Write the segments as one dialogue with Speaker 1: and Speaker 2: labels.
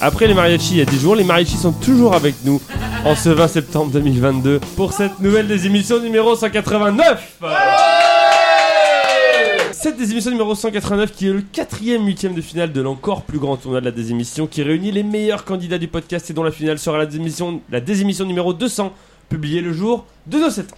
Speaker 1: Après les mariachis il y a 10 jours, les mariachis sont toujours avec nous en ce 20 septembre 2022 pour cette nouvelle des émissions numéro 189 cette des émissions numéro 189 qui est le quatrième huitième de finale de l'encore plus grand tournoi de la désémission qui réunit les meilleurs candidats du podcast et dont la finale sera la désémission, la désémission numéro 200 publiée le jour de nos 7 ans.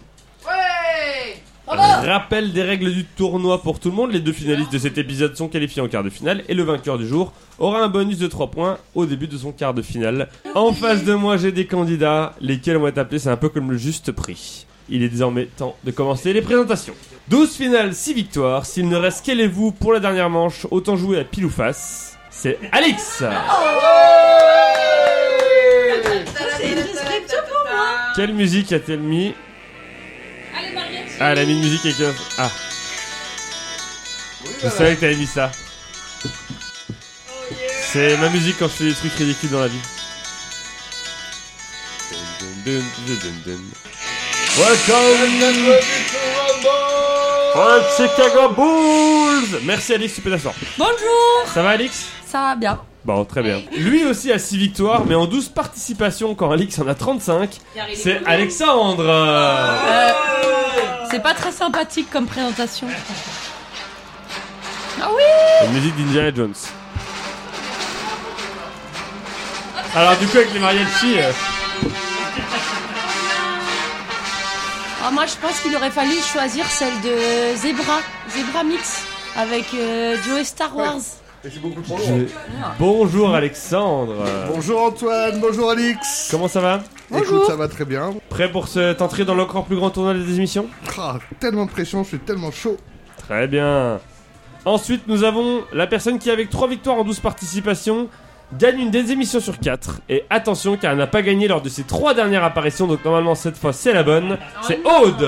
Speaker 1: Rappel des règles du tournoi pour tout le monde, les deux finalistes de cet épisode sont qualifiés en quart de finale et le vainqueur du jour aura un bonus de 3 points au début de son quart de finale. En face de moi j'ai des candidats, lesquels vont être appelés, c'est un peu comme le juste prix. Il est désormais temps de commencer les présentations. 12 finales, 6 victoires. S'il ne reste qu'élez-vous pour la dernière manche, autant jouer à pile ou face. C'est Alix
Speaker 2: C'est irrespectueux pour moi
Speaker 1: Quelle musique a-t-elle mis
Speaker 2: Allez, Mariette
Speaker 1: Ah, elle a mis une musique avec... un- Ah, je savais que t'avais mis ça. C'est ma musique quand je fais des trucs ridicules dans la vie. Dun, dun, dun, dun, dun. Welcome for the Chicago Bulls Merci Alix, tu peux t'asseoir.
Speaker 2: Bonjour
Speaker 1: Ça va Alix
Speaker 2: Ça va bien.
Speaker 1: Bon, très bien. Lui aussi a 6 victoires, mais en 12 participations, quand Alix en a 35, c'est Alexandre
Speaker 2: Euh, c'est pas très sympathique comme présentation. Ah oui
Speaker 1: La musique d'Indiana Jones. Alors, du coup, avec les mariachis, euh,
Speaker 2: Ah, Moi, je pense qu'il aurait fallu choisir celle de Zebra. Zebra Mix. Avec euh, Joey Star Wars.
Speaker 1: je- bonjour Alexandre
Speaker 3: Bonjour Antoine, bonjour Alix.
Speaker 1: Comment ça va
Speaker 3: Écoute, ça va très bien.
Speaker 1: Prêt pour cette entrée dans l'encore plus grand tournoi des émissions
Speaker 3: Ah, tellement de pression, je suis tellement chaud.
Speaker 1: Très bien. Ensuite, nous avons la personne qui, avec 3 victoires en 12 participations, gagne une des émissions sur 4. Et attention, car elle n'a pas gagné lors de ses 3 dernières apparitions, donc normalement cette fois c'est la bonne. C'est
Speaker 2: Ah
Speaker 1: Aude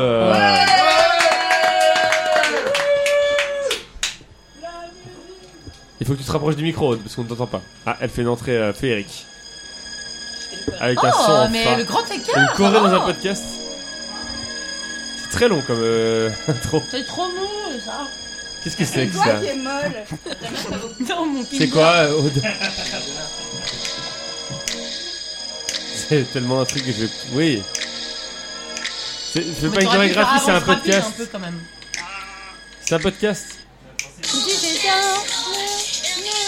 Speaker 1: Il faut que tu te rapproches du micro, Aude, parce qu'on ne t'entend pas. Ah, elle fait une entrée euh, féerique. Avec un son.
Speaker 2: Oh,
Speaker 1: en
Speaker 2: mais
Speaker 1: fa.
Speaker 2: le grand écart
Speaker 1: Une choré dans un podcast. C'est très long comme euh, intro.
Speaker 2: Oh, C'est trop mou, ça
Speaker 1: Qu'est-ce que c'est que ça
Speaker 4: est molle.
Speaker 2: Non, mon
Speaker 1: C'est quoi, euh, Aude C'est tellement un truc que je vais. Oui. C'est- Je fais pas une chorégraphie, c'est un podcast.
Speaker 2: Un peu, quand même.
Speaker 1: C'est un podcast.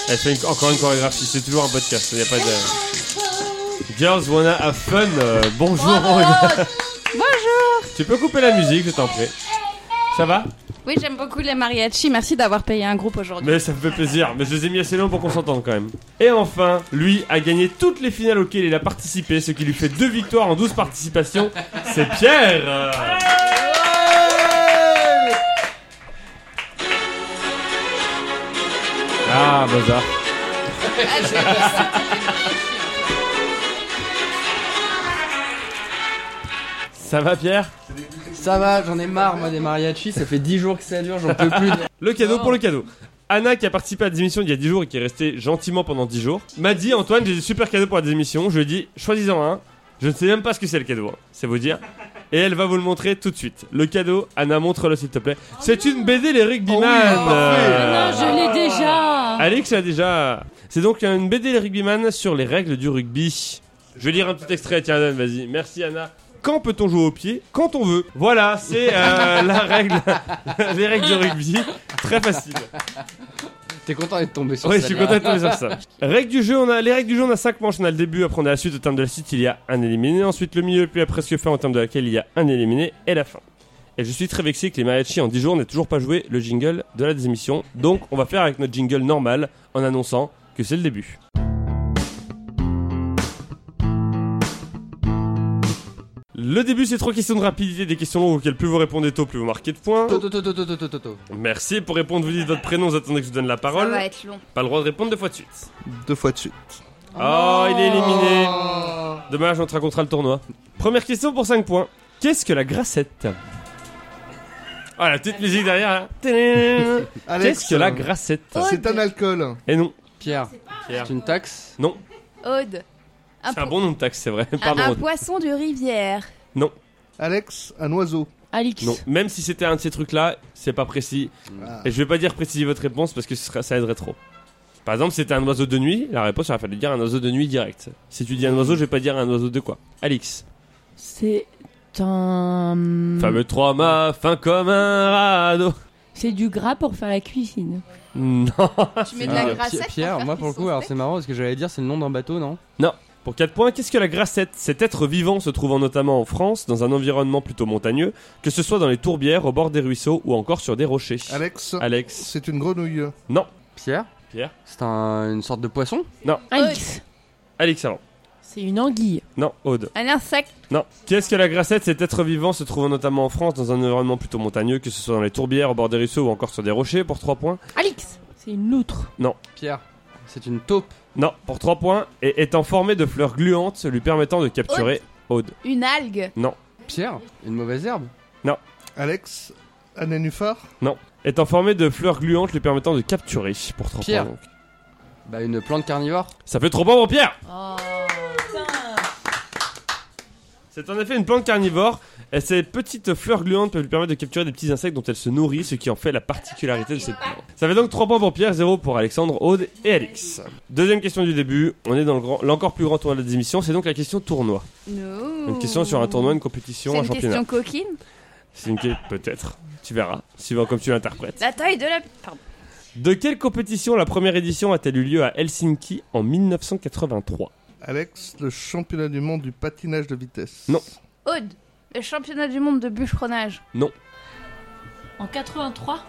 Speaker 1: Elle fait une- encore une chorégraphie, c'est toujours un podcast. Il a pas de. Girls Wanna Have Fun, euh, bonjour.
Speaker 2: Bravo
Speaker 1: tu peux couper la musique, je t'en prie. Ça va
Speaker 4: Oui, j'aime beaucoup les mariachis. Merci d'avoir payé un groupe aujourd'hui.
Speaker 1: Mais ça me fait plaisir, mais je les ai mis assez longs pour qu'on s'entende quand même. Et enfin, lui a gagné toutes les finales auxquelles il a participé, ce qui lui fait deux victoires en 12 participations. C'est Pierre euh. Ah, bazar. Ça va Pierre
Speaker 5: Ça va, j'en ai marre moi des mariachis, ça fait 10 jours que ça dure, j'en peux plus.
Speaker 1: Le cadeau
Speaker 2: Oh.
Speaker 1: pour le cadeau. Anna, qui a participé à des émissions il y a 10 jours et qui est restée gentiment pendant 10 jours, m'a dit Antoine, j'ai des super cadeaux pour la désémission. Je lui ai dit, choisis-en un. Je ne sais même pas ce que c'est le cadeau, hein. c'est vous dire. Et elle va vous le montrer tout de suite. Le cadeau, Anna, montre-le s'il te plaît. c'est une BD, les rugbyman
Speaker 2: Non,
Speaker 6: Ah,
Speaker 1: Euh, ah.
Speaker 2: je l'ai
Speaker 6: Hein.
Speaker 2: déjà
Speaker 1: Alex l'a déjà. C'est donc une BD, les rugbyman, sur les règles du rugby. Je vais lire un petit extrait, tiens, Anna, vas-y. Merci, Anna. Quand peut-on jouer au pied Quand on veut. Voilà, c'est euh, la règle, les règles du rugby. Très facile.
Speaker 5: T'es content d'être tombé sur
Speaker 1: Oui, je
Speaker 5: ça
Speaker 1: suis content de tomber sur ça. Règles du jeu, on a les règles du jeu, on a 5 manches, on a le début, après on a la suite, au terme de la suite, il y a un éliminé, ensuite le milieu, puis la presque fin, au terme de laquelle il y a un éliminé, et la fin. Et je suis très vexé que les mariachis en 10 jours n'aient toujours pas joué le jingle de la désémission, donc on va faire avec notre jingle normal en annonçant que c'est le début. Le début, c'est trois questions de rapidité, des questions longues auxquelles plus vous répondez tôt, plus vous marquez de points.
Speaker 5: Toto, toto, toto, toto, toto.
Speaker 1: Merci pour répondre, vous dites votre prénom, vous attendez que je vous donne la
Speaker 4: Ça
Speaker 1: parole.
Speaker 4: va être long.
Speaker 1: Pas le droit de répondre deux fois de suite.
Speaker 3: Deux fois dessus.
Speaker 1: Oh, il est éliminé.
Speaker 3: Oh. Ah.
Speaker 1: Dommage, on te racontera le tournoi. Première question pour 5 points. Qu'est-ce que la grassette Ah, la petite musique derrière. là. Tadam. Qu'est-ce que la grassette
Speaker 3: euh, C'est un alcool.
Speaker 1: Et non,
Speaker 5: Pierre,
Speaker 1: Pierre.
Speaker 5: c'est une taxe
Speaker 7: Aude. Un,
Speaker 1: c'est un
Speaker 7: po-
Speaker 1: bon nom de taxe, c'est vrai.
Speaker 7: un-
Speaker 1: Pardon.
Speaker 7: un poisson de rivière.
Speaker 3: Alex, un oiseau.
Speaker 2: Alix.
Speaker 1: Non, même si c'était un de ces trucs-là, c'est pas précis.
Speaker 3: Ah.
Speaker 1: Et je vais pas dire préciser votre réponse parce que ce sera- ça aiderait trop. Par exemple, si c'était un oiseau de nuit, la réponse aurait fallu dire un oiseau de nuit direct. Si tu dis un oiseau, je vais pas dire un oiseau de quoi. Alix.
Speaker 6: C'est un.
Speaker 1: Fameux trois mâts, fin comme un radeau.
Speaker 6: C'est du gras pour faire la cuisine.
Speaker 1: Non.
Speaker 7: Tu mets de la
Speaker 5: Ah,
Speaker 7: grasse
Speaker 5: Pi-
Speaker 7: sèche pour
Speaker 5: Pierre,
Speaker 7: faire
Speaker 5: moi pour le
Speaker 7: cuire son
Speaker 5: coup, alors
Speaker 7: steak.
Speaker 5: c'est marrant parce que j'allais dire c'est le nom d'un bateau, non
Speaker 1: Pour 4 points, qu'est-ce que la grassette Cet être vivant se trouvant notamment en France, dans un environnement plutôt montagneux, que ce soit dans les tourbières, au bord des ruisseaux ou encore sur des rochers.
Speaker 3: Alex,
Speaker 1: Alex.
Speaker 3: c'est une grenouille.
Speaker 5: Pierre
Speaker 1: Pierre.
Speaker 5: C'est un- une sorte de poisson
Speaker 6: Alix.
Speaker 1: Alix avant.
Speaker 6: C'est une anguille.
Speaker 1: Non, Aude.
Speaker 7: Un insecte.
Speaker 1: Non. Qu'est-ce que la grassette Cet être vivant se trouvant notamment en France, dans un environnement plutôt montagneux, que ce soit dans les tourbières, au bord des ruisseaux ou encore sur des rochers, pour 3 points.
Speaker 6: Alix. C'est une loutre.
Speaker 5: Pierre, c'est une taupe.
Speaker 1: Non, pour 3 points. Et étant formé de fleurs gluantes, lui permettant de capturer. Aude.
Speaker 7: Une algue.
Speaker 5: Pierre, une mauvaise herbe.
Speaker 3: Alex, un nénuphar.
Speaker 1: Étant formé de fleurs gluantes, lui permettant de capturer. Pour 3
Speaker 5: Pierre.
Speaker 1: points. donc.
Speaker 5: Bah une plante carnivore.
Speaker 1: Ça fait trop points pour Pierre
Speaker 2: Oh.
Speaker 1: C'est en effet une plante carnivore. Et ces petites fleurs gluantes peuvent lui permettre de capturer des petits insectes dont elle se nourrit, ce qui en fait la particularité de cette plante. Ça fait donc 3 points pour Pierre, 0 pour Alexandre, Aude et Alix. Deuxième question du début. On est dans le grand- l'encore plus grand tournoi des émissions, c'est donc la question tournoi. Une question sur un tournoi, une
Speaker 7: C'est
Speaker 1: compétition, un
Speaker 7: une
Speaker 1: championnat.
Speaker 7: question coquine.
Speaker 1: C'est une question. Peut-être. Tu verras, suivant comme tu l'interprètes.
Speaker 7: La taille de la. Pardon.
Speaker 1: De quelle compétition la première édition a-t-elle eu lieu à Helsinki en 1983
Speaker 3: Alex, le championnat du monde du patinage de vitesse.
Speaker 1: Non.
Speaker 7: Aude. Le championnat du monde de bûcheronnage.
Speaker 2: En 83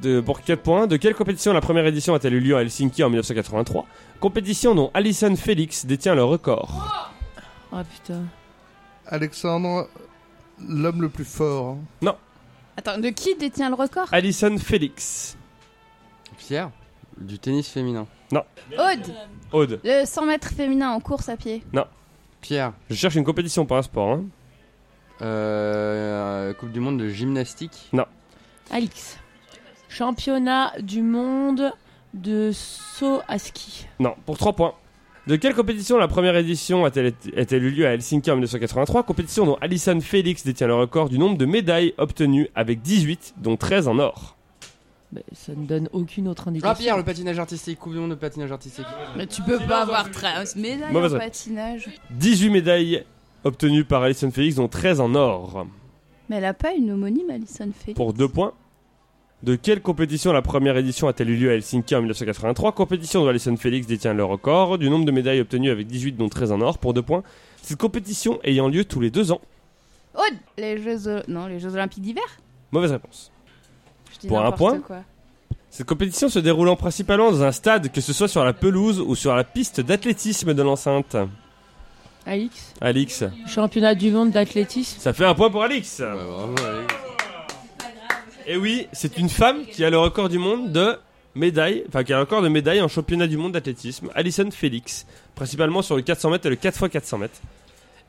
Speaker 1: de, pour 4 points. De quelle compétition la première édition a-t-elle eu lieu à Helsinki en 1983 Compétition dont Alison Felix détient le record.
Speaker 2: Ah,
Speaker 6: Oh putain.
Speaker 3: Alexandre, l'homme le plus fort. hein.
Speaker 7: Attends, de qui détient le record
Speaker 1: Alison Felix.
Speaker 5: Pierre, du tennis féminin.
Speaker 7: Aude.
Speaker 1: Aude,
Speaker 7: Le 100 mètres féminin en course à pied.
Speaker 5: Pierre,
Speaker 1: je cherche une compétition pour un sport. hein.
Speaker 5: euh, Coupe du monde de gymnastique.
Speaker 6: Alix. Championnat du monde de saut à ski.
Speaker 1: Non, pour 3 points. De quelle compétition la première édition a-t-elle a-t-elle eu lieu à Helsinki en 1983 Compétition dont Alison Felix détient le record du nombre de médailles obtenues avec 18, dont 13 en or.
Speaker 6: Bah, ça ne donne aucune autre
Speaker 5: Ah
Speaker 6: indication.
Speaker 5: Pierre, le patinage artistique, Coupe du monde de patinage artistique.
Speaker 7: Mais tu peux pas avoir 13 médailles
Speaker 1: Mauvaise
Speaker 7: en
Speaker 1: réponse.
Speaker 7: patinage.
Speaker 1: 18 médailles obtenues par Alison Felix, dont 13 en or.
Speaker 7: Mais elle a pas une homonyme, Alison Fay.
Speaker 1: pour 2 points. De quelle compétition la première édition a-t-elle eu lieu à Helsinki en 1983 Compétition dont Alison Felix détient le record du nombre de médailles obtenues avec 18 dont 13 en or pour 2 points. Cette compétition ayant lieu tous les 2 ans.
Speaker 7: Aude. Oh, Les Jeux, o- non, les Jeux Olympiques d'hiver.
Speaker 1: Mauvaise réponse.
Speaker 7: Je dis
Speaker 1: Pour un
Speaker 7: n'importe
Speaker 1: point.
Speaker 7: quoi.
Speaker 1: Cette compétition se déroulant principalement dans un stade, que ce soit sur la pelouse ou sur la piste d'athlétisme de l'enceinte.
Speaker 6: Alix.
Speaker 1: Alix,
Speaker 6: Championnat du monde d'athlétisme.
Speaker 1: ça fait un point pour Alix
Speaker 5: Ouais, Bah, bravo, allez.
Speaker 1: Et oui, c'est une femme qui a le record du monde de médailles, enfin qui a le record de médailles en championnat du monde d'athlétisme, Alison Félix, principalement sur le 400 mètres et le 4 x 400 mètres.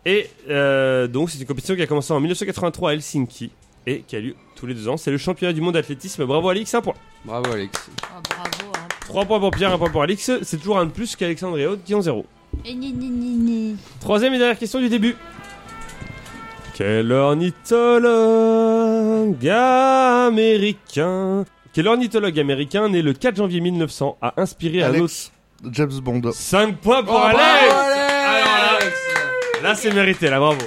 Speaker 1: Et euh, donc c'est une compétition qui a commencé en 1983 à Helsinki et qui a lieu tous les deux ans. C'est le championnat du monde d'athlétisme. Bravo Alix, hein, un point.
Speaker 5: Bravo Alex.
Speaker 2: Ah, bravo. hein.
Speaker 1: 3 points pour Pierre, un point pour Alix. C'est toujours un de plus qu'Alexandre et Aude qui ont 0.
Speaker 7: Et ni, ni, ni, ni.
Speaker 1: Troisième et dernière question du début. Quel ornithologue américain Quel ornithologue américain né le 4 janvier 1900 a inspiré un autre
Speaker 3: Alex, James Bond.
Speaker 1: 5 points pour
Speaker 5: Oh, bravo,
Speaker 1: Alex Alors
Speaker 5: Alex
Speaker 1: là, là, c'est mérité, là, bravo.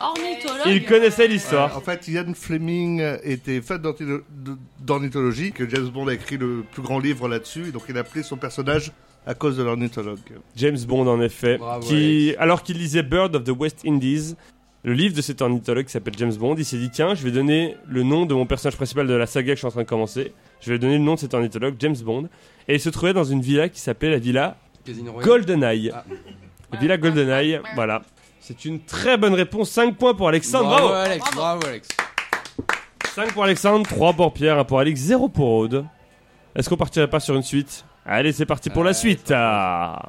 Speaker 2: Ornithologue
Speaker 1: Il connaissait l'histoire.
Speaker 3: Euh, En fait, Ian Fleming euh, était fan d'ornitholo- de- d'ornithologie, que James Bond a écrit le plus grand livre là-dessus, et donc il a appelé son personnage à cause de l'ornithologue.
Speaker 1: James Bond, en effet,
Speaker 5: Bravo,
Speaker 1: qui, alors qu'il lisait Bird of the West Indies, le livre de cet ornithologue qui s'appelle James Bond, il s'est dit tiens, je vais donner le nom de mon personnage principal de la saga que je suis en train de commencer. Je vais donner le nom de cet ornithologue, James Bond. Et il se trouvait dans une villa qui s'appelait la villa
Speaker 5: Casino Royale.
Speaker 1: GoldenEye.
Speaker 5: Ah.
Speaker 1: Villa GoldenEye, voilà. C'est une très bonne réponse. 5 points pour Alexandre.
Speaker 5: Bravo
Speaker 1: hein, Bravo.
Speaker 5: Alex, bravo Alex.
Speaker 1: 5 pour Alexandre, 3 pour Pierre, 1 pour Alex, 0 pour Aude. Est-ce qu'on partirait pas sur une suite Allez, c'est parti pour la
Speaker 5: Allez,
Speaker 1: suite.
Speaker 5: c'est
Speaker 1: Ah.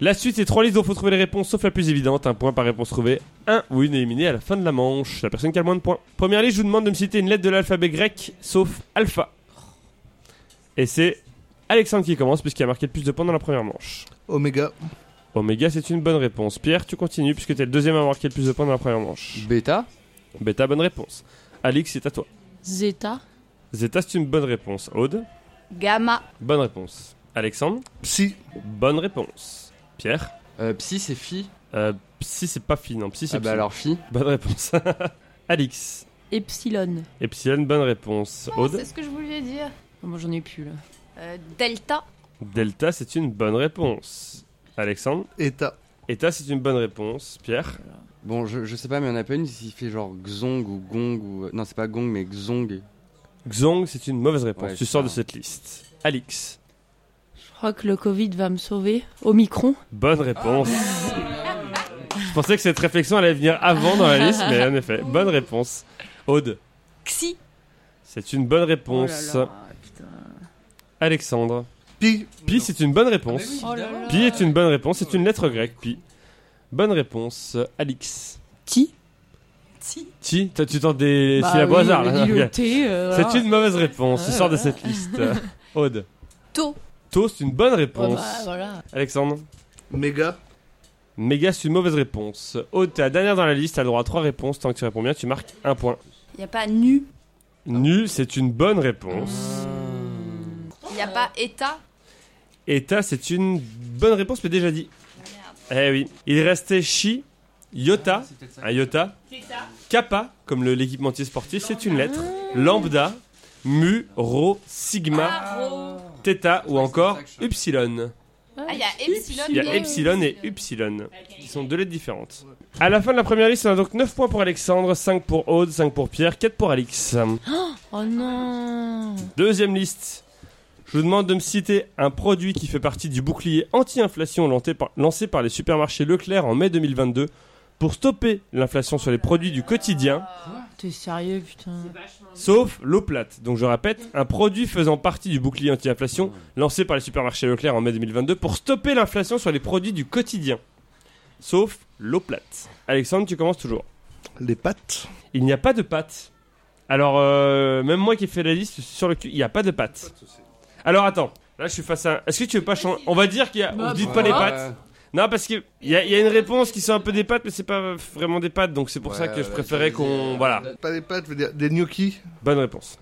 Speaker 1: La suite, c'est 3 listes dont il faut trouver les réponses, sauf la plus évidente. Un point par réponse trouvée, un ou une éliminée à la fin de la manche. La personne qui a le moins de points. Première liste, je vous demande de me citer une lettre de l'alphabet grec, sauf alpha. Et c'est Alexandre qui commence, puisqu'il a marqué le plus de points dans la première manche.
Speaker 3: Omega,
Speaker 1: Oméga, c'est une bonne réponse. Pierre, tu continues puisque t'es le deuxième à marquer le plus de points dans la première manche.
Speaker 5: Bêta,
Speaker 1: Beta, bonne réponse. Alix, c'est à toi.
Speaker 6: Zeta.
Speaker 1: Zeta, c'est une bonne réponse. Aude,
Speaker 7: Gamma.
Speaker 1: bonne réponse. Alexandre,
Speaker 3: Psy,
Speaker 1: bonne réponse. Pierre,
Speaker 5: Euh, psy, c'est phi.
Speaker 1: euh, psy, c'est pas fine. hein. Psy, c'est
Speaker 5: Ah bah
Speaker 1: psy.
Speaker 5: alors phi.
Speaker 1: Bonne réponse. Alix,
Speaker 6: Epsilon.
Speaker 1: Epsilon, bonne réponse. Aude,
Speaker 7: C'est ce que je voulais dire.
Speaker 6: Oh, moi, j'en ai plus là.
Speaker 7: Euh, Delta.
Speaker 1: Delta, c'est une bonne réponse. Alexandre,
Speaker 3: Eta,
Speaker 1: Eta, c'est une bonne réponse. Pierre,
Speaker 5: Bon, je, je sais pas, mais on a pas une qui fait genre Xong ou Gong ou. euh, Non, c'est pas Gong, mais Xong.
Speaker 1: Xong, c'est une mauvaise réponse.
Speaker 5: Ouais,
Speaker 1: tu
Speaker 5: c'est
Speaker 1: sors de
Speaker 5: ça.
Speaker 1: cette liste. Alix,
Speaker 6: Je crois que le Covid va me sauver. Omicron.
Speaker 1: bonne réponse. Je pensais que cette réflexion allait venir avant dans la liste, mais en effet, bonne réponse. Aude,
Speaker 7: Xi.
Speaker 1: c'est une bonne
Speaker 7: Oh
Speaker 6: Oh
Speaker 1: réponse. Alexandre,
Speaker 3: Pi,
Speaker 1: Pi, c'est une bonne réponse.
Speaker 7: Oh
Speaker 1: Pi est une bonne réponse, c'est une lettre grecque, Pi. Bonne réponse, Alix.
Speaker 6: Ti.
Speaker 1: Ti, toi, tu tentes des
Speaker 6: Bah
Speaker 1: syllabes au
Speaker 6: oui,
Speaker 1: hasard.
Speaker 6: le
Speaker 1: là.
Speaker 6: dit le thé, euh,
Speaker 1: C'est
Speaker 6: voilà.
Speaker 1: une mauvaise réponse, tu
Speaker 6: Ah,
Speaker 1: sors de
Speaker 6: voilà.
Speaker 1: cette liste. Aude,
Speaker 7: To.
Speaker 1: To, c'est une bonne
Speaker 6: Ouais,
Speaker 1: réponse.
Speaker 6: bah, voilà.
Speaker 1: Alexandre
Speaker 3: Méga,
Speaker 1: Méga, c'est une mauvaise réponse. Aude, t'es la dernière dans la liste, t'as le droit à trois réponses. Tant que tu réponds bien, tu marques un point.
Speaker 7: Y a pas nu.
Speaker 1: Nu, c'est une bonne réponse.
Speaker 7: Y a pas état.
Speaker 1: Eta, c'est une bonne réponse, mais déjà dit. Eh oui. Il restait Chi, Iota, un Iota, Kappa, comme le- l'équipementier sportif, c'est une lettre, Lambda, Mu, Rho,
Speaker 7: Ah.
Speaker 1: Sigma,
Speaker 7: Aro.
Speaker 1: Theta ou
Speaker 5: que
Speaker 1: encore
Speaker 5: c'était ça que
Speaker 1: Upsilon.
Speaker 7: Ah, y a epsilon.
Speaker 1: Il y a epsilon et upsilon, qui sont deux lettres différentes. À la fin de la première liste, on a donc 9 points pour Alexandre, 5 pour Aude, 5 pour Pierre, 4 pour Alix.
Speaker 6: Oh non.
Speaker 1: Deuxième liste. Je vous demande de me citer un produit qui fait partie du bouclier anti-inflation lancé par- lancé par les supermarchés Leclerc en mai 2022 pour stopper l'inflation sur les produits du quotidien,
Speaker 6: T'es sérieux, putain.
Speaker 1: sauf l'eau plate. Donc je répète, un produit faisant partie du bouclier anti-inflation lancé par les supermarchés Leclerc en mai 2022 pour stopper l'inflation sur les produits du quotidien, sauf l'eau plate. Alexandre, tu commences toujours.
Speaker 3: les pattes,
Speaker 1: Il n'y a pas de pâte. Alors, euh, même moi qui ai fait la liste je suis sur le cul, il n'y a pas de pâte. Alors, attends. Là, je suis face à. un- Est-ce que tu veux pas changer On va dire qu'il y a. on dit pas les pâtes.
Speaker 5: Euh,
Speaker 1: Non, parce qu'il y, a- il y a une réponse qui sont un peu des pâtes, mais c'est pas vraiment des pâtes, donc c'est pour ça que je préférais qu'on. Voilà.
Speaker 3: pas les pattes, je veux dire des gnocchis.
Speaker 1: Bonne réponse.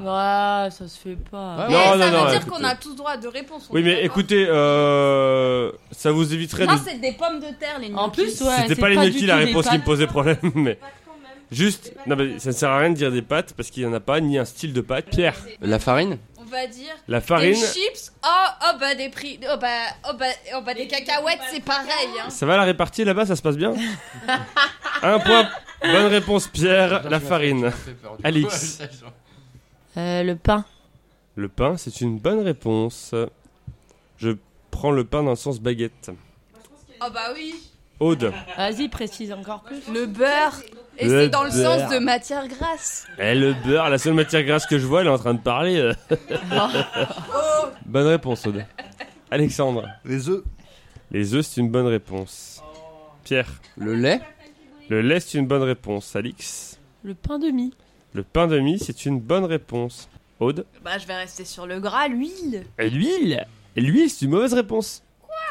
Speaker 6: Ouais, ça se fait pas.
Speaker 5: Ouais.
Speaker 7: Mais
Speaker 1: Non,
Speaker 7: Eh, ça
Speaker 1: non,
Speaker 7: veut
Speaker 1: non,
Speaker 7: dire
Speaker 1: écoutez.
Speaker 7: qu'on a tous droit de réponse. on
Speaker 1: Oui,
Speaker 7: est
Speaker 1: mais
Speaker 7: d'accord.
Speaker 1: écoutez, euh, ça vous éviterait de.
Speaker 7: Non, c'est des pommes de terre, les
Speaker 6: En
Speaker 7: gnocchis.
Speaker 6: plus, ouais.
Speaker 1: C'était
Speaker 6: c'est
Speaker 1: pas les
Speaker 6: du
Speaker 1: gnocchis la
Speaker 6: tout des
Speaker 1: réponse qui me
Speaker 6: pâtes.
Speaker 1: posait problème, mais. Juste, non, mais ça ne sert à rien de dire des pâtes parce qu'il n'y en a pas, ni un style de pâte. Pierre,
Speaker 5: La farine
Speaker 7: On va dire.
Speaker 1: la
Speaker 7: Des
Speaker 1: farine,
Speaker 7: chips, oh, oh bah des prix, oh bah, oh bah, oh bah des cacahuètes, c'est pareil. Hein.
Speaker 1: Ça va la répartie là-bas, ça se passe bien Un point. Bonne réponse Pierre, la farine. Alix.
Speaker 6: Euh, le pain.
Speaker 1: Le pain, c'est une bonne réponse. Je prends le pain dans le sens baguette.
Speaker 7: Oh bah oui.
Speaker 1: Aude.
Speaker 6: Vas-y, précise encore plus.
Speaker 7: Le beurre. Et
Speaker 1: Le
Speaker 7: c'est dans le
Speaker 1: beurre.
Speaker 7: sens de matière grasse.
Speaker 1: Eh, le beurre, la seule matière grasse que je vois, elle est en train de parler. euh. bonne réponse Aude. Alexandre.
Speaker 3: les œufs,
Speaker 1: Les œufs, c'est une bonne réponse. Pierre.
Speaker 5: Le lait
Speaker 1: Le lait, c'est une bonne réponse. Alix.
Speaker 6: Le pain de mie.
Speaker 1: Le pain de mie, c'est une bonne réponse. Aude.
Speaker 7: Bah je vais rester sur le gras, l'huile.
Speaker 1: Et l'huile L'huile, c'est une mauvaise réponse.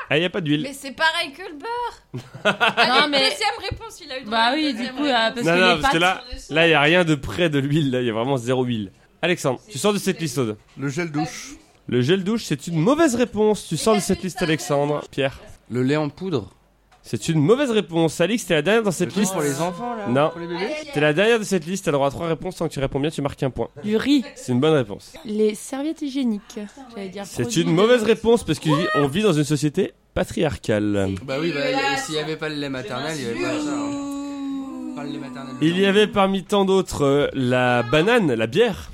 Speaker 1: ah, il n'y a pas d'huile.
Speaker 7: Mais c'est pareil que le beurre.
Speaker 6: non, mais.
Speaker 7: Deuxième réponse, il a eu droit. à
Speaker 6: Bah
Speaker 7: une
Speaker 6: oui, du
Speaker 7: deuxième
Speaker 6: coup, euh,
Speaker 7: réponse.
Speaker 6: parce
Speaker 1: non,
Speaker 6: que
Speaker 1: non, parce
Speaker 6: les pâtes.
Speaker 1: que là, là, il n'y a rien de près de l'huile, là, il y a vraiment zéro huile. Alexandre, tu sors de cette liste, Aude.
Speaker 3: le gel douche,
Speaker 1: Le gel douche, c'est une mauvaise réponse. Tu sors de cette liste, Alexandre. Pierre,
Speaker 5: Le lait en poudre
Speaker 1: c'est une mauvaise réponse. Alix, t'es la dernière dans cette
Speaker 5: C'est
Speaker 1: liste.
Speaker 5: pour les enfants là
Speaker 1: Non.
Speaker 5: Pour les bébés
Speaker 1: T'es la dernière de cette liste, t'as le droit à trois réponses. Tant que tu réponds bien, tu marques un point.
Speaker 6: Du riz.
Speaker 1: C'est une bonne réponse.
Speaker 6: Les serviettes hygiéniques. J'allais dire
Speaker 1: C'est
Speaker 6: produits
Speaker 1: une
Speaker 6: de-
Speaker 1: mauvaise réponse parce qu'on vit dans une société patriarcale.
Speaker 5: Bah oui, bah, y a- s'il y avait pas le lait maternel, il y avait pas ça. hein. Pas le lait maternel.
Speaker 1: Il y avait parmi tant d'autres euh, la banane, la bière,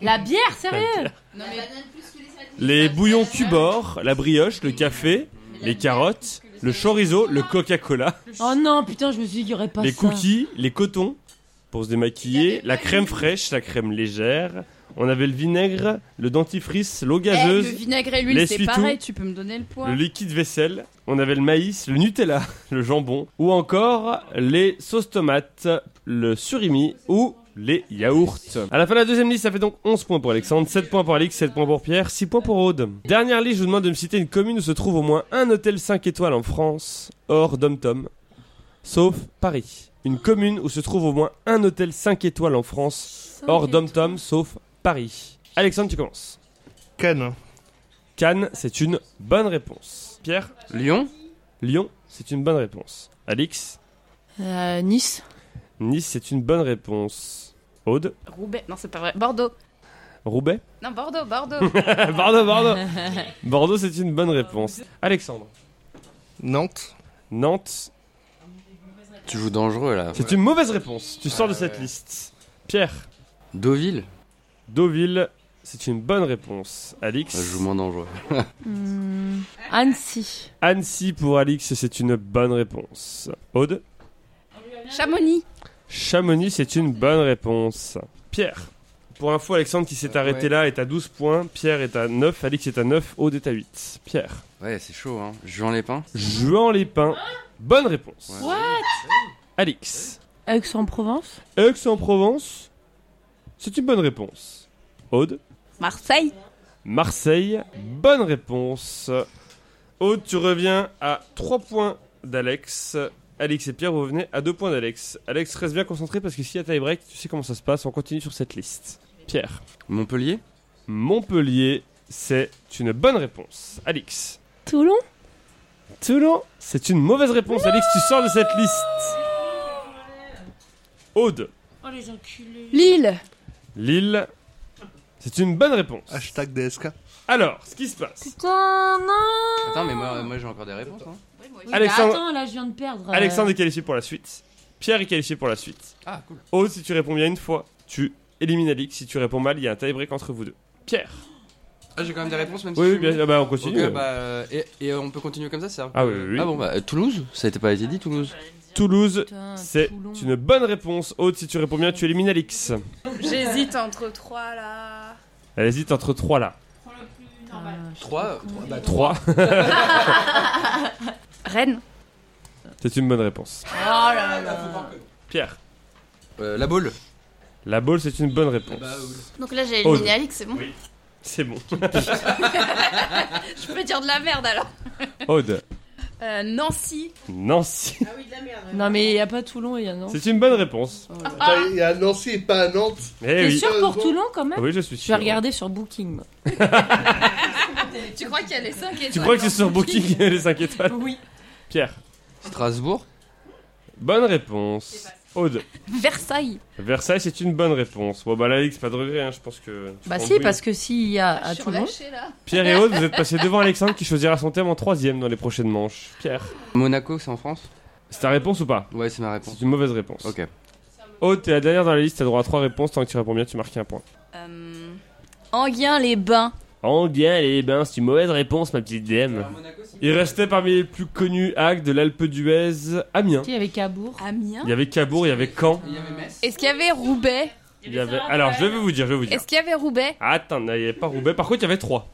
Speaker 6: La bière, sérieux
Speaker 1: les bouillons cubors, la brioche, le café, les carottes, le chorizo, le Coca-Cola.
Speaker 6: Oh non, putain, je me suis dit qu'il y aurait pas
Speaker 1: les
Speaker 6: ça.
Speaker 1: cookies, les cotons pour se démaquiller, la crème fraîche, la crème légère. On avait le vinaigre, le dentifrice, l'eau
Speaker 7: Eh,
Speaker 1: gazeuse,
Speaker 7: le vinaigre
Speaker 1: les
Speaker 7: et l'huile, c'est
Speaker 1: suis-tout.
Speaker 7: pareil, tu peux me donner le poids.
Speaker 1: le liquide vaisselle. On avait le maïs, le Nutella, le jambon, ou encore les sauces tomates, le surimi ou les yaourts. À la fin de la deuxième liste, ça fait donc 11 points pour Alexandre, 7 points pour Alix, 7 points pour Pierre, 6 points pour Aude. Dernière liste, je vous demande de me citer une commune où se trouve au moins un hôtel 5 étoiles en France, hors Dom Tom. sauf Paris. Une commune où se trouve au moins un hôtel 5 étoiles en France, hors dom-tom, sauf Paris. Alexandre, tu commences.
Speaker 3: Cannes.
Speaker 1: Cannes, c'est une bonne réponse. Pierre,
Speaker 5: Lyon
Speaker 1: Lyon, c'est une bonne réponse. Alix,
Speaker 6: Euh, nice.
Speaker 1: Nice, c'est une bonne réponse. Aude,
Speaker 4: Roubaix, non, c'est pas vrai. Bordeaux.
Speaker 1: Roubaix,
Speaker 4: Non, Bordeaux, Bordeaux.
Speaker 1: Bordeaux, Bordeaux. Bordeaux, c'est une bonne réponse. Alexandre,
Speaker 3: Nantes.
Speaker 1: Nantes,
Speaker 5: Tu joues dangereux là.
Speaker 1: c'est une mauvaise réponse. Tu sors de cette liste. Pierre,
Speaker 5: Deauville Bah,
Speaker 1: Deauville, c'est une bonne réponse.
Speaker 5: Je
Speaker 1: Alix,
Speaker 5: joue moins dangereux.
Speaker 6: Hmm, Annecy.
Speaker 1: Annecy pour Alix, c'est une bonne réponse. Aude,
Speaker 4: Chamonix.
Speaker 1: Chamonix, c'est une bonne réponse. Pierre. Pour info, Alexandre qui s'est
Speaker 5: Euh,
Speaker 1: arrêté
Speaker 5: ouais.
Speaker 1: là est à 12 points, Pierre est à 9, Alix est à 9, Aude est à 8. Pierre.
Speaker 5: Ouais, c'est chaud, hein. Juan Lépin
Speaker 1: Juan Lépin. Bonne réponse.
Speaker 5: Ouais.
Speaker 1: Alix.
Speaker 6: Aix-en-Provence.
Speaker 1: Aix-en-Provence. C'est une bonne réponse. Aude.
Speaker 4: Marseille.
Speaker 1: Marseille. Bonne réponse. Aude, tu reviens à 3 points d'Alex. Alix et Pierre, vous revenez à 2 points d'Alex. Alex, reste bien concentré parce que s'il y a tie-break, tu sais comment ça se passe. On continue sur cette liste. Pierre.
Speaker 5: Montpellier
Speaker 1: Montpellier, c'est une bonne réponse. Alix.
Speaker 6: Toulon.
Speaker 1: Toulon, c'est une mauvaise réponse. Alix, tu sors de cette liste. Aude.
Speaker 2: Oh les enculés.
Speaker 6: Lille.
Speaker 1: Lille, c'est une bonne réponse.
Speaker 3: Hashtag DSK.
Speaker 1: Alors, ce qui se passe.
Speaker 6: Putain, non
Speaker 5: Attends, mais moi, moi j'ai encore des réponses. Hein.
Speaker 2: Oui,
Speaker 1: Alexandre-
Speaker 2: mais attends, là je viens de perdre. euh,
Speaker 1: Alexandre est qualifié pour la suite. Pierre est qualifié pour la suite.
Speaker 5: Ah, cool.
Speaker 1: Aude, si tu réponds bien une fois, tu élimines Alix. Si tu réponds mal, il y a un tie-break entre vous deux. Pierre.
Speaker 5: Ah, j'ai quand même des réponses, même si
Speaker 1: Oui,
Speaker 5: je
Speaker 1: oui,
Speaker 5: suis
Speaker 1: bien,
Speaker 5: nul.
Speaker 1: ah bah, on
Speaker 5: Ok,
Speaker 1: continue.
Speaker 5: bah, euh, et, et on peut continuer comme ça, ça
Speaker 1: Ah oui, oui, oui.
Speaker 5: Ah bon, bah, euh, Toulouse Ça n'était pas été dit, Toulouse
Speaker 1: Toulouse,
Speaker 6: Putain,
Speaker 1: c'est
Speaker 6: Toulon.
Speaker 1: une bonne réponse. Aude, si tu réponds bien, tu élimines Alix.
Speaker 7: Ah, J'hésite entre trois là.
Speaker 1: Elle hésite entre trois là.
Speaker 6: Putain, je-
Speaker 5: 3, 3 bah,
Speaker 1: 3,
Speaker 4: Rennes.
Speaker 1: c'est une bonne réponse. Pierre.
Speaker 5: Euh, la boule
Speaker 1: La boule, c'est une bonne réponse.
Speaker 7: Donc là j'ai
Speaker 1: éliminé Aude.
Speaker 7: éliminé Alix, c'est bon.
Speaker 1: Oh, Oui. C'est bon.
Speaker 7: Je peux dire de la merde alors.
Speaker 1: Aude.
Speaker 7: Euh, Nancy.
Speaker 1: Nancy,
Speaker 6: Ah Euh, Non, mais il n'y a pas Toulon, il y a non.
Speaker 1: c'est une bonne réponse.
Speaker 7: Ah.
Speaker 3: Putain, Il y a Nancy et pas à Nantes.
Speaker 1: Eh
Speaker 6: T'es
Speaker 1: oui.
Speaker 6: sûr pour
Speaker 3: Bon.
Speaker 6: Toulon quand même
Speaker 1: Oui, je suis
Speaker 6: Je vais
Speaker 1: sûr.
Speaker 6: regarder sur Booking. moi.
Speaker 7: Tu crois qu'il y a les 5 étoiles
Speaker 1: Tu crois que c'est
Speaker 7: dans
Speaker 1: sur
Speaker 7: le
Speaker 1: Booking euh, les 5 étoiles
Speaker 6: Oui.
Speaker 1: Pierre.
Speaker 5: Strasbourg
Speaker 1: Bonne réponse. Aude.
Speaker 4: Versailles.
Speaker 1: Versailles, c'est une bonne réponse. Bon, bah là, Alix, pas de regret, hein, je pense que. tu
Speaker 6: Bah
Speaker 1: prends
Speaker 6: si,
Speaker 1: le
Speaker 6: parce que s'il y a à
Speaker 7: Je suis
Speaker 6: Toulon.
Speaker 7: relâchée là.
Speaker 1: point. Pierre et Aude, vous êtes passés devant Alexandre qui choisira son thème en troisième dans les prochaines manches. Pierre.
Speaker 5: Monaco, c'est en France
Speaker 1: C'est ta réponse ou pas
Speaker 5: Ouais, c'est ma réponse.
Speaker 1: C'est une mauvaise réponse.
Speaker 5: Ok.
Speaker 1: Aude, t'es la dernière dans la liste, t'as droit à 3 réponses. Tant que tu réponds bien, tu marques un point.
Speaker 7: Euh, Enghien-les-Bains.
Speaker 1: En bien, les bains, c'est une mauvaise réponse, ma petite DM. Il restait parmi les plus connus Hague de l'Alpe d'Huez, Amiens.
Speaker 6: Il y avait Cabourg.
Speaker 7: Amiens.
Speaker 1: Il y avait Cabourg, il y avait Caen.
Speaker 5: Il y avait Metz
Speaker 7: Est-ce qu'il y avait Roubaix
Speaker 1: Il y avait... Alors, je vais vous dire, je vais vous dire.
Speaker 7: Est-ce qu'il y avait Roubaix
Speaker 1: Attends, il n'y avait pas Roubaix. Par contre, il y avait trois.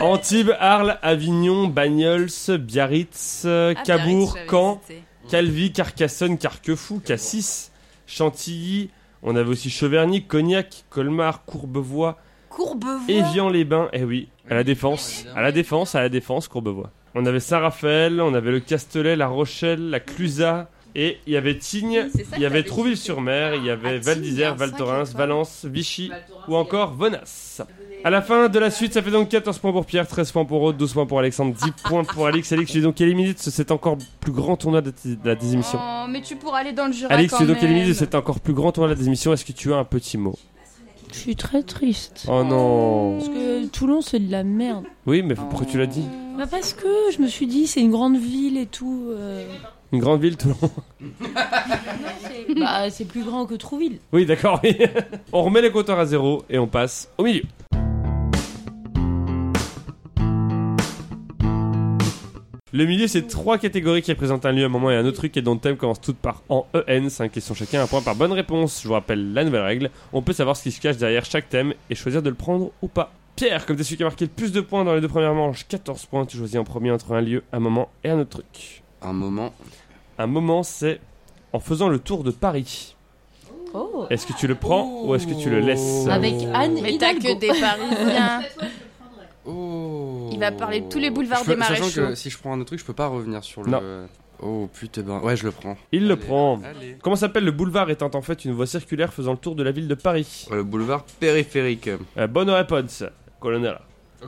Speaker 1: Antibes, Arles, Avignon, Bagnols, Biarritz, Mm. euh,
Speaker 7: Ah,
Speaker 1: Cabourg,
Speaker 7: Biarritz, j'avais
Speaker 1: Caen,
Speaker 7: hésité.
Speaker 1: Calvi, Carcassonne, Carquefou, Cassis, Chantilly. On avait aussi Cheverny, Cognac, Colmar, Courbevoie,
Speaker 7: Courbevoie.
Speaker 1: Évian-les-Bains. Eh oui, à la défense, à la défense, à la défense, Courbevoie. On avait Saint-Raphaël, on avait le Castellet, la Rochelle, la Clusa. Et il y avait Tignes,
Speaker 7: C'est ça
Speaker 1: il
Speaker 7: que
Speaker 1: y avait
Speaker 7: t'avais
Speaker 1: Trouville-sur-Mer, il y avait
Speaker 7: Ah,
Speaker 1: Val
Speaker 7: Tignes,
Speaker 1: d'Isère,
Speaker 7: un
Speaker 1: Val
Speaker 7: cinq
Speaker 1: Thorens,
Speaker 7: étoiles.
Speaker 1: Valence, Vichy ou encore Vonas. À la fin de la suite, ça fait donc 14 points pour Pierre, 13 points pour Aude, 12 points pour Alexandre, 10 points pour Alix. Alix, tu es donc éliminé de ce- cet encore plus grand tournoi de de la désémission.
Speaker 7: Oh, mais tu pourras aller dans le Jura
Speaker 1: Alix,
Speaker 7: quand
Speaker 1: tu es donc éliminé de
Speaker 7: même.
Speaker 1: cet encore plus grand tournoi de la désémission. Est-ce que tu as un petit mot
Speaker 6: Je suis très triste.
Speaker 1: Oh non
Speaker 6: Parce que Toulon, c'est de la merde.
Speaker 1: Oui, mais pourquoi tu l'as dit
Speaker 6: Bah parce que je me suis dit, c'est une grande ville et tout. euh,
Speaker 1: Une grande ville, Toulon.
Speaker 6: c'est- bah, c'est plus grand que Trouville.
Speaker 1: Oui, d'accord, oui. On remet les compteurs à zéro et on passe au milieu. Le milieu, c'est trois catégories qui représentent un lieu, un moment et un autre truc, et dont le thème commence toutes par en EN, 5 questions chacun, un point par bonne réponse. Je vous rappelle la nouvelle règle. On peut savoir ce qui se cache derrière chaque thème et choisir de le prendre ou pas. Pierre, comme t'es celui qui a marqué le plus de points dans les deux premières manches, 14 points, tu choisis en premier entre un lieu, un moment et un autre truc.
Speaker 5: Un moment.
Speaker 1: Un moment, c'est en faisant le tour de Paris.
Speaker 6: Oh.
Speaker 1: Est-ce que tu le prends ou est-ce que tu le laisses
Speaker 5: Oh.
Speaker 6: Avec Anne
Speaker 7: Mais t'as
Speaker 6: Hidalgo.
Speaker 7: que des Parisiens.
Speaker 5: Oh
Speaker 4: Il va parler de tous les boulevards
Speaker 5: Je peux-
Speaker 4: des marais
Speaker 5: Sachant que
Speaker 4: chauds.
Speaker 5: si je prends un autre truc, je peux pas revenir sur le.
Speaker 1: Non.
Speaker 5: Oh putain, ben ouais, je le prends.
Speaker 1: Il le
Speaker 5: Allez,
Speaker 1: prend.
Speaker 5: allez.
Speaker 1: Comment s'appelle le boulevard étant en fait une voie circulaire faisant le tour de la ville de Paris
Speaker 5: Euh, Le boulevard périphérique.
Speaker 1: Euh, Bonne réponse, colonel.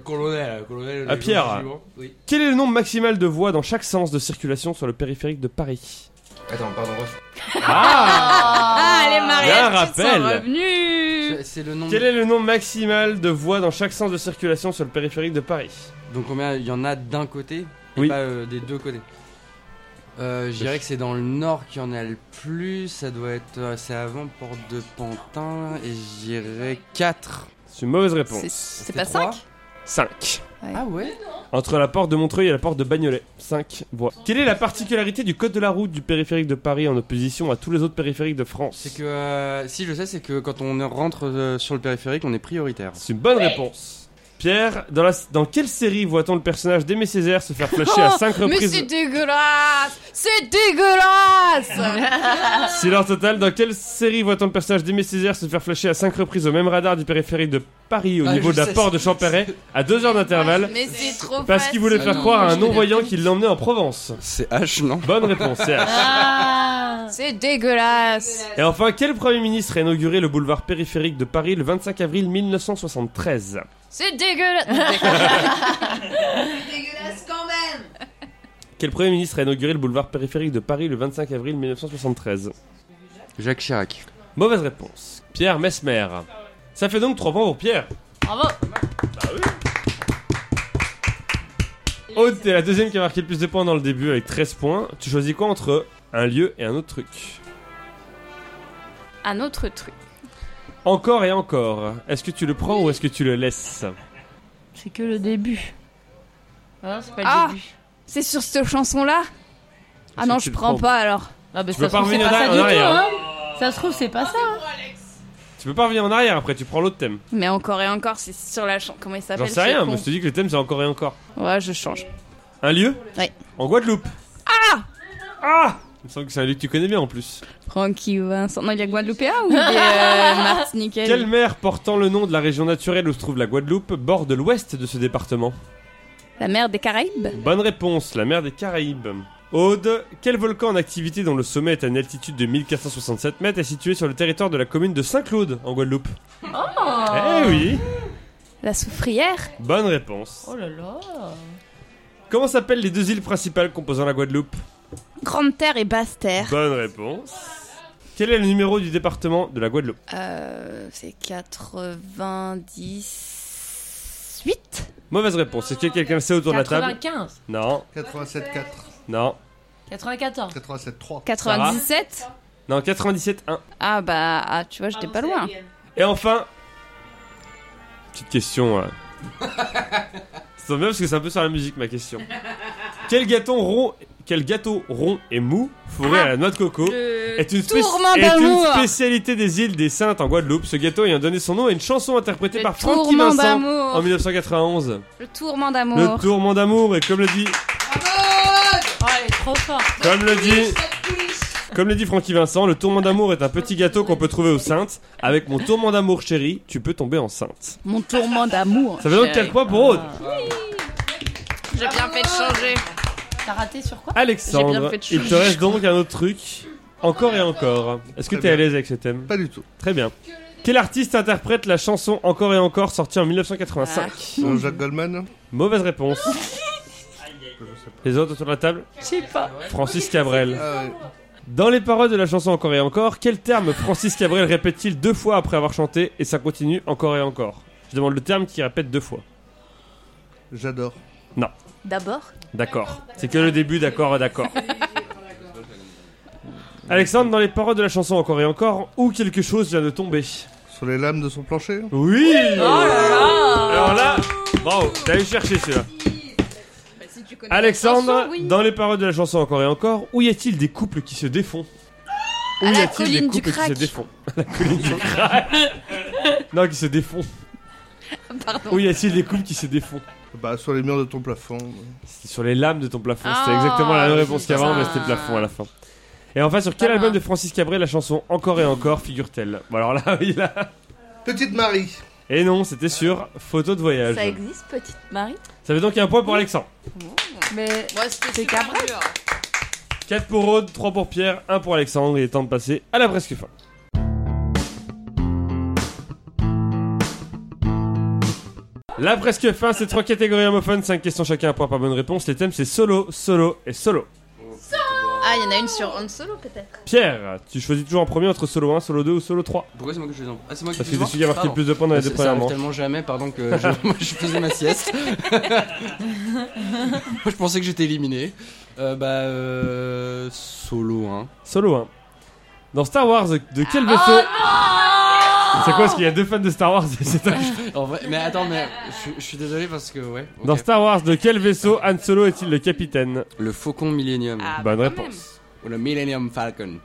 Speaker 8: Colonel, colonel.
Speaker 1: Ah, Pierre.
Speaker 8: Oui.
Speaker 1: Quel est le nombre maximal de voies dans chaque sens de circulation sur le périphérique de Paris
Speaker 8: Attends, pardon, ref.
Speaker 1: Ah
Speaker 4: Ah, les mariages
Speaker 1: Bien
Speaker 4: sont
Speaker 1: rappel.
Speaker 4: revenus
Speaker 5: C'est c'est le nombre.
Speaker 1: Quel est le nombre maximal de voies dans chaque sens de circulation sur le périphérique de Paris
Speaker 5: Donc combien il y en a d'un côté et
Speaker 1: Oui.
Speaker 5: pas euh, des deux côtés euh, je dirais que c'est dans le nord qu'il y en a le plus, ça doit être euh, c'est avant Porte de Pantin et je dirais 4.
Speaker 1: C'est une mauvaise réponse.
Speaker 4: C'est- C'est pas 5
Speaker 1: 5.
Speaker 5: Ah ouais
Speaker 1: Entre la porte de Montreuil et la porte de Bagnolet. 5 voies. Quelle est la particularité du code de la route du périphérique de Paris en opposition à tous les autres périphériques de France
Speaker 5: C'est que euh, si je sais c'est que quand on rentre euh, sur le périphérique, on est prioritaire.
Speaker 1: C'est une bonne réponse. Pierre, dans, la- dans quelle série voit-on le personnage d'Aimé Césaire se faire flasher à 5
Speaker 7: Oh, Mais c'est
Speaker 1: reprises
Speaker 7: dégueulasse C'est dégueulasse
Speaker 1: Silence total, dans quelle série voit-on le personnage d'Aimé Césaire se faire flasher à 5 reprises au même radar du périphérique de Paris au
Speaker 5: Ah,
Speaker 1: niveau
Speaker 5: je
Speaker 1: de la
Speaker 5: sais,
Speaker 1: porte de
Speaker 5: c'est-
Speaker 1: Champéret à 2 heures d'intervalle
Speaker 7: Mais c'est trop
Speaker 1: parce qu'il voulait
Speaker 7: facile.
Speaker 1: faire croire à un non-voyant qu'il l'emmenait en Provence
Speaker 5: C'est H non
Speaker 1: Bonne réponse, CH.
Speaker 2: Ah
Speaker 7: C'est dégueulasse
Speaker 1: Et enfin, quel Premier ministre a inauguré le boulevard périphérique de Paris le 25 avril 1973
Speaker 7: C'est dégueulasse
Speaker 9: dégueulasse quand même.
Speaker 1: Quel Premier ministre a inauguré le boulevard périphérique de Paris le 25 avril 1973
Speaker 5: Jacques Chirac.
Speaker 1: Mauvaise réponse. Pierre Mesmer. Ça fait donc 3 points pour Pierre. Bah
Speaker 2: Bravo
Speaker 1: Aude, t'es la deuxième qui a marqué le plus de points dans le début avec 13 points. Tu choisis quoi entre un lieu et un autre truc
Speaker 4: Un autre truc.
Speaker 1: Encore et encore. Est-ce que tu le prends ou est-ce que tu le laisses
Speaker 6: C'est que le début.
Speaker 2: Ah, c'est pas le
Speaker 7: Ah.
Speaker 2: début.
Speaker 7: C'est sur cette chanson-là Ah
Speaker 1: que
Speaker 7: non,
Speaker 1: tu
Speaker 7: je
Speaker 1: le
Speaker 7: prends
Speaker 1: prends
Speaker 7: pas alors.
Speaker 2: Ah, bah,
Speaker 1: Tu
Speaker 2: ça
Speaker 1: peux
Speaker 2: se
Speaker 1: pas
Speaker 2: trouve, c'est
Speaker 1: revenir
Speaker 2: pas
Speaker 1: en
Speaker 2: ça du tout,
Speaker 1: arrière,
Speaker 2: hein Ça se trouve, c'est pas ça. hein.
Speaker 1: Tu peux pas revenir en arrière après, tu prends l'autre thème.
Speaker 4: Mais encore et encore, c'est sur la chanson. Comment il s'appelle
Speaker 1: J'en
Speaker 4: ce
Speaker 1: sais rien,
Speaker 4: con
Speaker 1: mais je te dis que le thème c'est encore et encore.
Speaker 4: Ouais, je change.
Speaker 1: Un lieu
Speaker 4: Ouais.
Speaker 1: En Guadeloupe. Ah Ah Il me semble que c'est un lieu que tu connais bien en plus.
Speaker 4: Francky Vincent. Non, il y a Guadeloupéa ou il y a euh, Martiniquais
Speaker 1: Quelle mer portant le nom de la région naturelle où se trouve la Guadeloupe borde l'ouest de ce département
Speaker 4: La mer des Caraïbes
Speaker 1: Bonne réponse, la mer des Caraïbes. Aude, quel volcan en activité dont le sommet est à une altitude de 1467 mètres est situé sur le territoire de la commune de Saint-Claude en Guadeloupe Eh oui
Speaker 4: La Soufrière
Speaker 1: Bonne réponse.
Speaker 2: Oh là là
Speaker 1: Comment s'appellent les deux îles principales composant la Guadeloupe
Speaker 4: Grande Terre et Basse Terre
Speaker 1: Bonne réponse. Quel est le numéro du département de la Guadeloupe
Speaker 4: Euh, c'est 98
Speaker 1: Mauvaise réponse. Est-ce que quelqu'un le sait autour de la table
Speaker 2: 95
Speaker 1: Non,
Speaker 3: 87-4,
Speaker 1: non,
Speaker 2: 94
Speaker 3: 87-3.
Speaker 4: 97
Speaker 1: non, 97-1.
Speaker 4: Ah bah, ah, tu vois, j'étais pas loin.
Speaker 1: Et enfin, petite question. euh. Ça tombe bien parce que c'est un peu sur la musique ma question. Quel gâteau rond, quel gâteau rond et mou fourré
Speaker 4: Ah.
Speaker 1: à la noix de coco est une, spéc-
Speaker 4: tourment
Speaker 1: est une
Speaker 4: d'amour.
Speaker 1: spécialité des îles des Saintes en Guadeloupe. Ce gâteau ayant donné son nom à une chanson interprétée
Speaker 4: Le
Speaker 1: par Francky
Speaker 4: tourment
Speaker 1: Vincent
Speaker 4: d'amour.
Speaker 1: en 1991.
Speaker 4: Le tourment
Speaker 1: Le
Speaker 4: d'amour.
Speaker 1: tourment d'amour et comme le dit,
Speaker 2: Oh, elle est trop forte
Speaker 1: comme le dit, comme le dit Francky Vincent, le tourment d'amour est un petit gâteau qu'on peut trouver aux Saintes. Avec mon tourment d'amour chéri, tu peux tomber enceinte.
Speaker 6: Mon tourment d'amour.
Speaker 1: Ça fait donc 4 points pour Aude.
Speaker 4: J'ai bien fait de changer.
Speaker 2: T'as raté sur quoi
Speaker 4: J'ai bien
Speaker 1: Alexandre,
Speaker 4: fait de
Speaker 1: il te
Speaker 4: changer,
Speaker 1: reste donc un autre truc, encore et encore. Est-ce que
Speaker 3: Très
Speaker 1: t'es à
Speaker 3: bien.
Speaker 1: l'aise avec ce thème
Speaker 3: Pas du tout.
Speaker 1: Très bien. Quel artiste interprète la chanson Encore et encore sortie en 1985
Speaker 3: Ah. Euh, Jacques Goldman
Speaker 1: Mauvaise réponse. Les autres autour de la table Je sais pas. Francis Cabrel.
Speaker 3: Ah ouais.
Speaker 1: Dans les paroles de la chanson Encore et encore, quel terme Francis Cabrel répète-t-il deux fois après avoir chanté et ça continue encore et encore Je demande le terme qu'il répète deux fois.
Speaker 3: J'adore.
Speaker 4: D'abord
Speaker 1: D'accord. C'est que le début, d'accord, d'accord. Alexandre, dans les paroles de la chanson Encore et encore, où quelque chose vient de tomber.
Speaker 3: Sur les lames de son plancher
Speaker 1: Oui
Speaker 4: Oh
Speaker 1: Alors là, bravo, t'as eu chercher celui-là.
Speaker 4: Bah,
Speaker 1: Alexandre, dans les paroles de la chanson Encore et encore, où y a-t-il des couples qui se défont Où
Speaker 4: À
Speaker 1: y
Speaker 4: la
Speaker 1: a-t-il des
Speaker 4: colline du
Speaker 1: couples qui se
Speaker 4: crack.
Speaker 1: défont À la colline du crack Non, qui se défont. Où Oh, y a-t-il des couples qui se défont
Speaker 3: Bah, sur les murs de ton plafond.
Speaker 1: C'était sur les lames de ton plafond. C'était
Speaker 4: Ah,
Speaker 1: exactement la même réponse
Speaker 4: putain.
Speaker 1: qu'avant, mais c'était plafond à la fin. Et enfin, sur quel
Speaker 4: Putain.
Speaker 1: album de Francis Cabrel la chanson Encore et encore figure-t-elle Bon, alors là, oui, là.
Speaker 3: Petite Marie
Speaker 1: Et non, c'était sur photo de voyage.
Speaker 4: Ça existe, petite Marie
Speaker 1: Ça fait donc un point pour Alexandre.
Speaker 6: Mais
Speaker 9: Moi, c'était
Speaker 6: C'est
Speaker 9: super
Speaker 6: Cabral.
Speaker 9: dur.
Speaker 1: 4 pour Aude, 3 pour Pierre, 1 pour Alexandre. Il est temps de passer à la presque fin. La presque fin, c'est trois catégories homophones, 5 questions chacun, un point par bonne réponse. Les thèmes, c'est solo, solo et solo.
Speaker 7: Ah, il y en a une sur Han Solo peut-être.
Speaker 1: Pierre, tu choisis toujours en premier entre solo 1, solo 2 ou solo 3
Speaker 5: Pourquoi c'est moi que je les envoie Ah, c'est moi
Speaker 1: Parce
Speaker 5: qui
Speaker 1: que
Speaker 5: les
Speaker 1: c'est celui qui a marqué le
Speaker 5: Pardon.
Speaker 1: plus de points dans les
Speaker 5: Ça-
Speaker 1: deux
Speaker 5: ça
Speaker 1: premières
Speaker 5: arrive
Speaker 1: manches.
Speaker 5: tellement jamais, pardon, que je, moi, je faisais ma sieste. moi, je pensais que j'étais éliminé. Euh, bah, euh, solo, hein.
Speaker 1: Solo 1. Dans Star Wars, de quel
Speaker 4: Ah,
Speaker 1: vaisseau
Speaker 4: oh,
Speaker 1: C'est quoi Parce qu'il y a deux fans de Star Wars c'est un-
Speaker 5: En vrai, mais attends, mais je, je suis désolé parce que, ouais. ok.
Speaker 1: Dans Star Wars, de quel vaisseau Han Solo est-il le capitaine
Speaker 5: Le Faucon Millennium.
Speaker 4: Ah,
Speaker 1: Bonne
Speaker 4: bah, quand
Speaker 1: réponse.
Speaker 5: Ou le Millennium Falcon.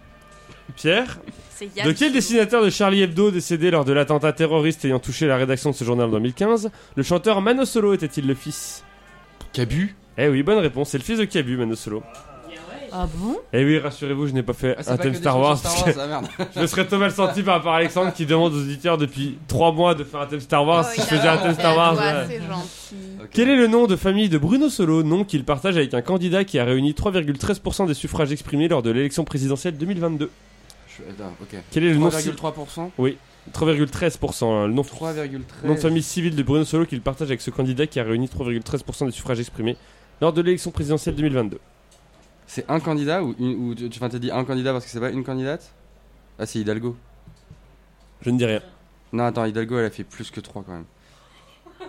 Speaker 1: Pierre,
Speaker 4: C'est Yann
Speaker 1: de quel
Speaker 4: Solo.
Speaker 1: dessinateur de Charlie Hebdo décédé lors de l'attentat terroriste ayant touché la rédaction de ce journal en 2015, le chanteur Mano Solo était-il le fils
Speaker 5: Cabu
Speaker 1: Eh oui, bonne réponse, c'est le fils de Cabu, Mano Solo.
Speaker 6: Ah bon
Speaker 1: Eh oui, rassurez-vous, je n'ai pas fait
Speaker 5: Ah, c'est
Speaker 1: un
Speaker 5: pas
Speaker 1: thème
Speaker 5: que des
Speaker 1: Star
Speaker 5: trucs
Speaker 1: Wars.
Speaker 5: sur
Speaker 1: parce
Speaker 5: Star
Speaker 1: que
Speaker 5: Wars, ah merde.
Speaker 1: je me serais trop mal senti par rapport à Alexandre qui demande aux auditeurs depuis 3 mois de faire un thème Star Wars. Ah, si je faisais un thème Star Wars. euh,
Speaker 7: Oh, C'est gentil.
Speaker 5: Ok.
Speaker 1: Quel est le nom de famille de Bruno Solo, nom qu'il partage avec un candidat qui a réuni 3,13% des suffrages exprimés lors de l'élection présidentielle 2022
Speaker 5: Je- attends, ok.
Speaker 1: Quel est le nom ci-
Speaker 5: 3,3%
Speaker 1: 3,13%, hein, le nom,
Speaker 5: 3,3%.
Speaker 1: nom de famille civile de Bruno Solo qu'il partage avec ce candidat qui a réuni 3,13% des suffrages exprimés lors de l'élection présidentielle 2022
Speaker 5: C'est un candidat ou, une, ou tu, tu- enfin, t'as dit un candidat parce que c'est pas une candidate Ah, c'est Hidalgo.
Speaker 1: Je ne dis rien.
Speaker 5: Non, attends, Hidalgo, elle a fait plus que 3 quand même.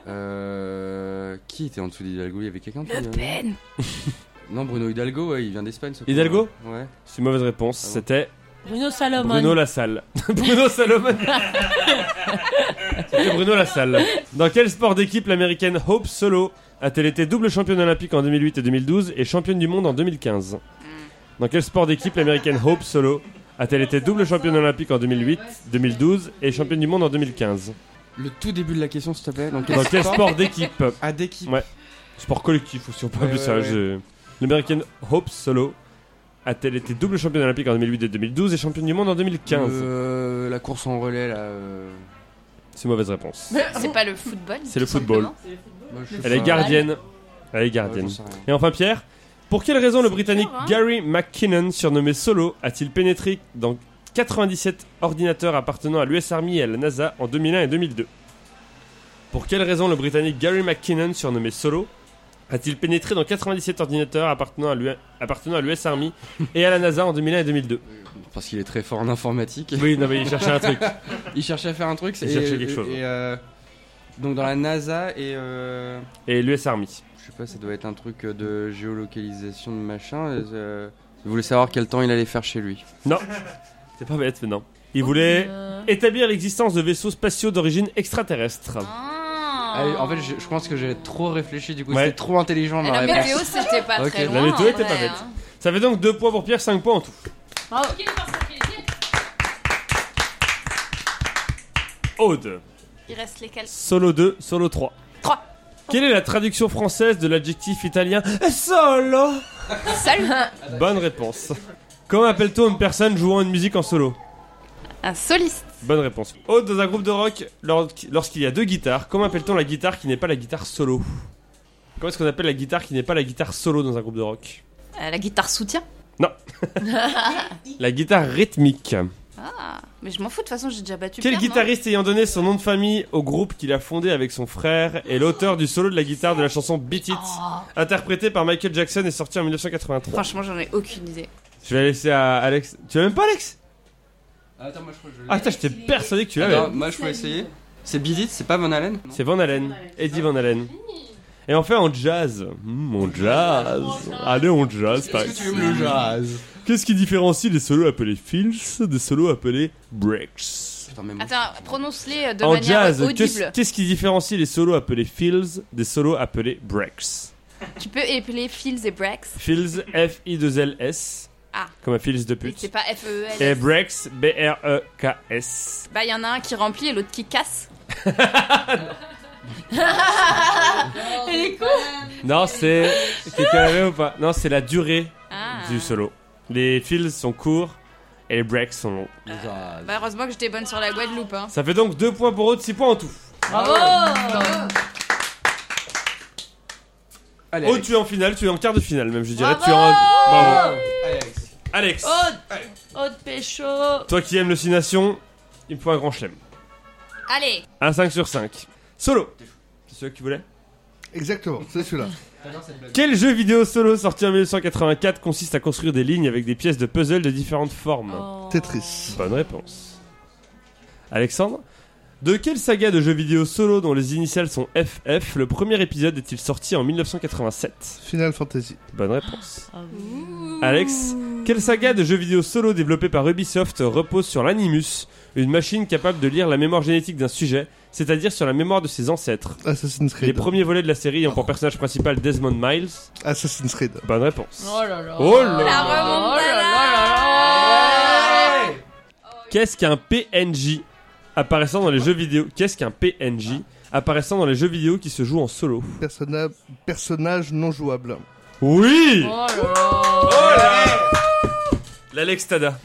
Speaker 5: Euh, qui était en dessous d'Hidalgo Il y avait quelqu'un de-
Speaker 1: Hmm.
Speaker 4: Le Pen
Speaker 5: Non, Bruno Hidalgo, ouais, il vient d'Espagne. ce con. hein.
Speaker 1: Hidalgo
Speaker 5: Ouais.
Speaker 1: C'est une mauvaise réponse,
Speaker 5: Ah bon
Speaker 1: c'était
Speaker 6: Bruno Salomon.
Speaker 1: Bruno Lassalle. Bruno Salomon C'était Bruno Lassalle. Dans quel sport d'équipe l'américaine Hope Solo a-t-elle été double championne olympique en 2008 et 2012 et championne du monde en 2015
Speaker 5: Hmm.
Speaker 1: Dans quel sport d'équipe l'américaine Hope Solo a-t-elle été double championne olympique en 2008, 2012 et championne du monde en 2015
Speaker 5: Le tout début de la question, s'il te plaît. Donc,
Speaker 1: Dans quel sport d'équipe
Speaker 5: Ah, d'équipe.
Speaker 1: Ouais. Sport collectif ou si on peut
Speaker 5: Ouais,
Speaker 1: appeler
Speaker 5: ouais,
Speaker 1: ça.
Speaker 5: ouais.
Speaker 1: je- L'américaine Hope Solo a-t-elle été double championne olympique en 2008 et 2012 et championne du monde en 2015
Speaker 5: Euh, la course en relais, là. euh,
Speaker 1: C'est mauvaise réponse.
Speaker 7: C'est pas le football
Speaker 1: C'est
Speaker 7: tout
Speaker 1: le football.
Speaker 7: simplement
Speaker 5: moi, je suis
Speaker 1: Elle est
Speaker 5: pas-
Speaker 1: gardienne. Elle est
Speaker 5: Ouais,
Speaker 1: gardienne.
Speaker 5: j'en sais rien.
Speaker 1: Et enfin Pierre, pour quelle raison le Britannique
Speaker 4: dur, hein.
Speaker 1: Gary McKinnon, surnommé Solo, a-t-il pénétré dans 97 ordinateurs appartenant à l'US Army et à la NASA en 2001 et 2002 Pour quelle raison le Britannique Gary McKinnon, surnommé Solo, a-t-il pénétré dans 97 ordinateurs appartenant à l'U- appartenant à l'US Army et à la NASA en 2001 et 2002
Speaker 5: Parce qu'il est très fort en informatique.
Speaker 1: Oui, non mais il cherchait un truc.
Speaker 5: Il cherchait à faire un truc.
Speaker 1: Il
Speaker 5: et-
Speaker 1: cherchait quelque
Speaker 5: et-
Speaker 1: chose.
Speaker 5: et, euh, donc dans la NASA et euh,
Speaker 1: Et l'US Army.
Speaker 5: je sais pas, ça doit être un truc de géolocalisation de machin. et, euh, il voulait savoir quel temps il allait faire chez lui.
Speaker 1: C'est pas bête, mais non. Il voulait
Speaker 6: Euh,
Speaker 1: établir l'existence de vaisseaux spatiaux d'origine extraterrestre.
Speaker 7: Ah.
Speaker 5: Ah, en fait, je, je pense que j'ai trop réfléchi. Du coup,
Speaker 1: Ouais.
Speaker 5: c'était trop intelligent
Speaker 7: Et
Speaker 5: ma
Speaker 7: la
Speaker 5: réponse.
Speaker 7: météo, c'était pas
Speaker 5: Ok.
Speaker 7: très
Speaker 5: La
Speaker 7: loin.
Speaker 1: météo
Speaker 7: en
Speaker 1: était pas
Speaker 7: vrai,
Speaker 1: bête.
Speaker 7: hein.
Speaker 1: Ça fait donc 2 points pour Pierre, 5 points en tout. Aude.
Speaker 4: Il reste lesquels
Speaker 1: Solo 2, solo 3.
Speaker 4: Trois.
Speaker 1: Quelle est la traduction française de l'adjectif italien solo
Speaker 4: Seul
Speaker 1: Bonne réponse. Comment appelle-t-on une personne jouant une musique en solo
Speaker 4: Un soliste
Speaker 1: Bonne réponse. Aude, dans un groupe de rock, lors- lorsqu'il y a deux guitares, comment appelle-t-on la guitare qui n'est pas la guitare solo Comment est-ce qu'on appelle la guitare qui n'est pas la guitare solo dans un groupe de rock
Speaker 7: Euh, la guitare soutien.
Speaker 1: La guitare rythmique.
Speaker 7: Ah, mais je m'en fous, de toute façon, j'ai déjà battu.
Speaker 1: Quel
Speaker 7: Pierre, non
Speaker 1: guitariste ayant donné son nom de famille au groupe qu'il a fondé avec son frère est l'auteur du solo de la guitare de la chanson Beat It,
Speaker 7: Oh.
Speaker 1: interprétée par Michael Jackson et sortie en 1983
Speaker 7: Franchement, j'en ai aucune idée.
Speaker 1: Je vais laisser à Alex. Tu l'as même pas, Alex
Speaker 5: Attends, moi je crois que je l'ai.
Speaker 1: Ah, putain, j'étais persuadé que tu l'avais.
Speaker 5: Attends, moi je peux essayer. C'est Bidit, c'est pas Van Allen
Speaker 1: C'est Van Halen, Eddie Van Halen. Et enfin, on jazz. Hmm, on jazz. Allez, on jazz, par exemple.
Speaker 5: jazz
Speaker 1: Qu'est-ce qui différencie les solos appelés fills des solos appelés breaks
Speaker 5: Putain, même.
Speaker 7: Attends, prononce-les euh, de
Speaker 1: En
Speaker 7: manière
Speaker 1: jazz, qu'est-ce
Speaker 7: audible.
Speaker 1: qu'est-ce qui différencie les solos appelés fills des solos appelés breaks
Speaker 7: Tu peux épeler Fields et Breaks.
Speaker 1: Fils, F-I-2-L-S.
Speaker 7: Ah.
Speaker 1: Comme un fils de pute. Eh
Speaker 7: C'est pas f e
Speaker 1: Et
Speaker 7: l
Speaker 1: Brex, E B-R-E-K-S.
Speaker 7: Bah, il y en a un qui remplit et l'autre qui casse.
Speaker 9: Elle est con
Speaker 1: Non, c'est. T'es carré ou pas Non, c'est la durée
Speaker 7: Ah.
Speaker 1: du solo. Les fils sont courts et les breaks sont longs.
Speaker 5: Jazz.
Speaker 7: euh, Bah, heureusement que j'étais bonne sur la Guadeloupe. Hein.
Speaker 1: Ça fait donc 2 points pour Aude, 6 points en tout.
Speaker 2: Bravo
Speaker 7: Oh.
Speaker 5: Allez,
Speaker 1: Oh,
Speaker 5: Alex.
Speaker 1: tu es en finale, tu es en quart de finale même, je dirais.
Speaker 2: Bravo
Speaker 1: tu es en... Bravo.
Speaker 5: Allez, Alex.
Speaker 1: Alex,
Speaker 2: Aude Aude Pécho
Speaker 1: toi qui aimes le Six Nations, il me faut un grand chelem.
Speaker 7: Allez,
Speaker 1: Un 5 sur 5. Solo. C'est celui que tu voulais
Speaker 3: Exactement, c'est celui-là.
Speaker 1: Quel jeu vidéo solo sorti en 1984 consiste à construire des lignes avec des pièces de puzzle de différentes formes
Speaker 7: Oh.
Speaker 3: Tetris.
Speaker 1: Bonne réponse. Alexandre De quelle saga de jeux vidéo solo dont les initiales sont FF, le premier épisode est-il sorti en 1987
Speaker 3: Final Fantasy.
Speaker 1: Bonne réponse. Alex, quelle saga de jeux vidéo solo développée par Ubisoft repose sur l'Animus, une machine capable de lire la mémoire génétique d'un sujet, c'est-à-dire sur la mémoire de ses ancêtres
Speaker 3: Assassin's
Speaker 1: Les
Speaker 3: Creed.
Speaker 1: premiers volets de la série ayant pour personnage principal Desmond Miles.
Speaker 3: Assassin's Creed.
Speaker 1: Bonne réponse.
Speaker 2: Oh là là
Speaker 1: Oh là
Speaker 7: la remontada
Speaker 1: Qu'est-ce qu'un PNJ apparaissant dans les jeux vidéo Qu'est-ce qu'un PNJ apparaissant dans les jeux vidéo qui se joue en solo
Speaker 3: Personna- Personnage non jouable.
Speaker 1: Oui
Speaker 2: Oh là là
Speaker 1: L'Alex Tada.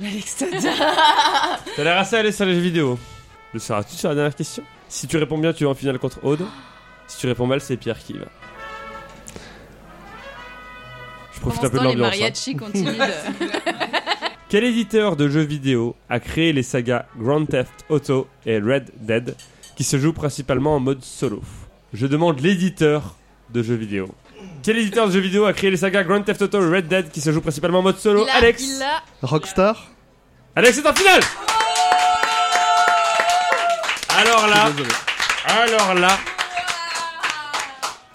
Speaker 2: L'Alex Tada
Speaker 1: T'as l'air assez allé sur les jeux vidéo. Le seras-tu sur la dernière question Si tu réponds bien, tu vas en finale contre Aude. Si tu réponds mal, c'est Pierre qui y va. Je profite un peu de
Speaker 4: les
Speaker 1: l'ambiance. hein.
Speaker 4: mariachis continuent de...
Speaker 1: Quel éditeur de jeux vidéo a créé les sagas Grand Theft Auto et Red Dead qui se jouent principalement en mode solo Je demande l'éditeur de jeux vidéo. Quel éditeur de jeux vidéo a créé les sagas Grand Theft Auto et Red Dead qui se jouent principalement en mode solo
Speaker 4: Il a-
Speaker 1: Alex
Speaker 4: il a-
Speaker 3: Rockstar.
Speaker 1: Alex est en finale Alors là,
Speaker 3: Désolé.
Speaker 1: alors là,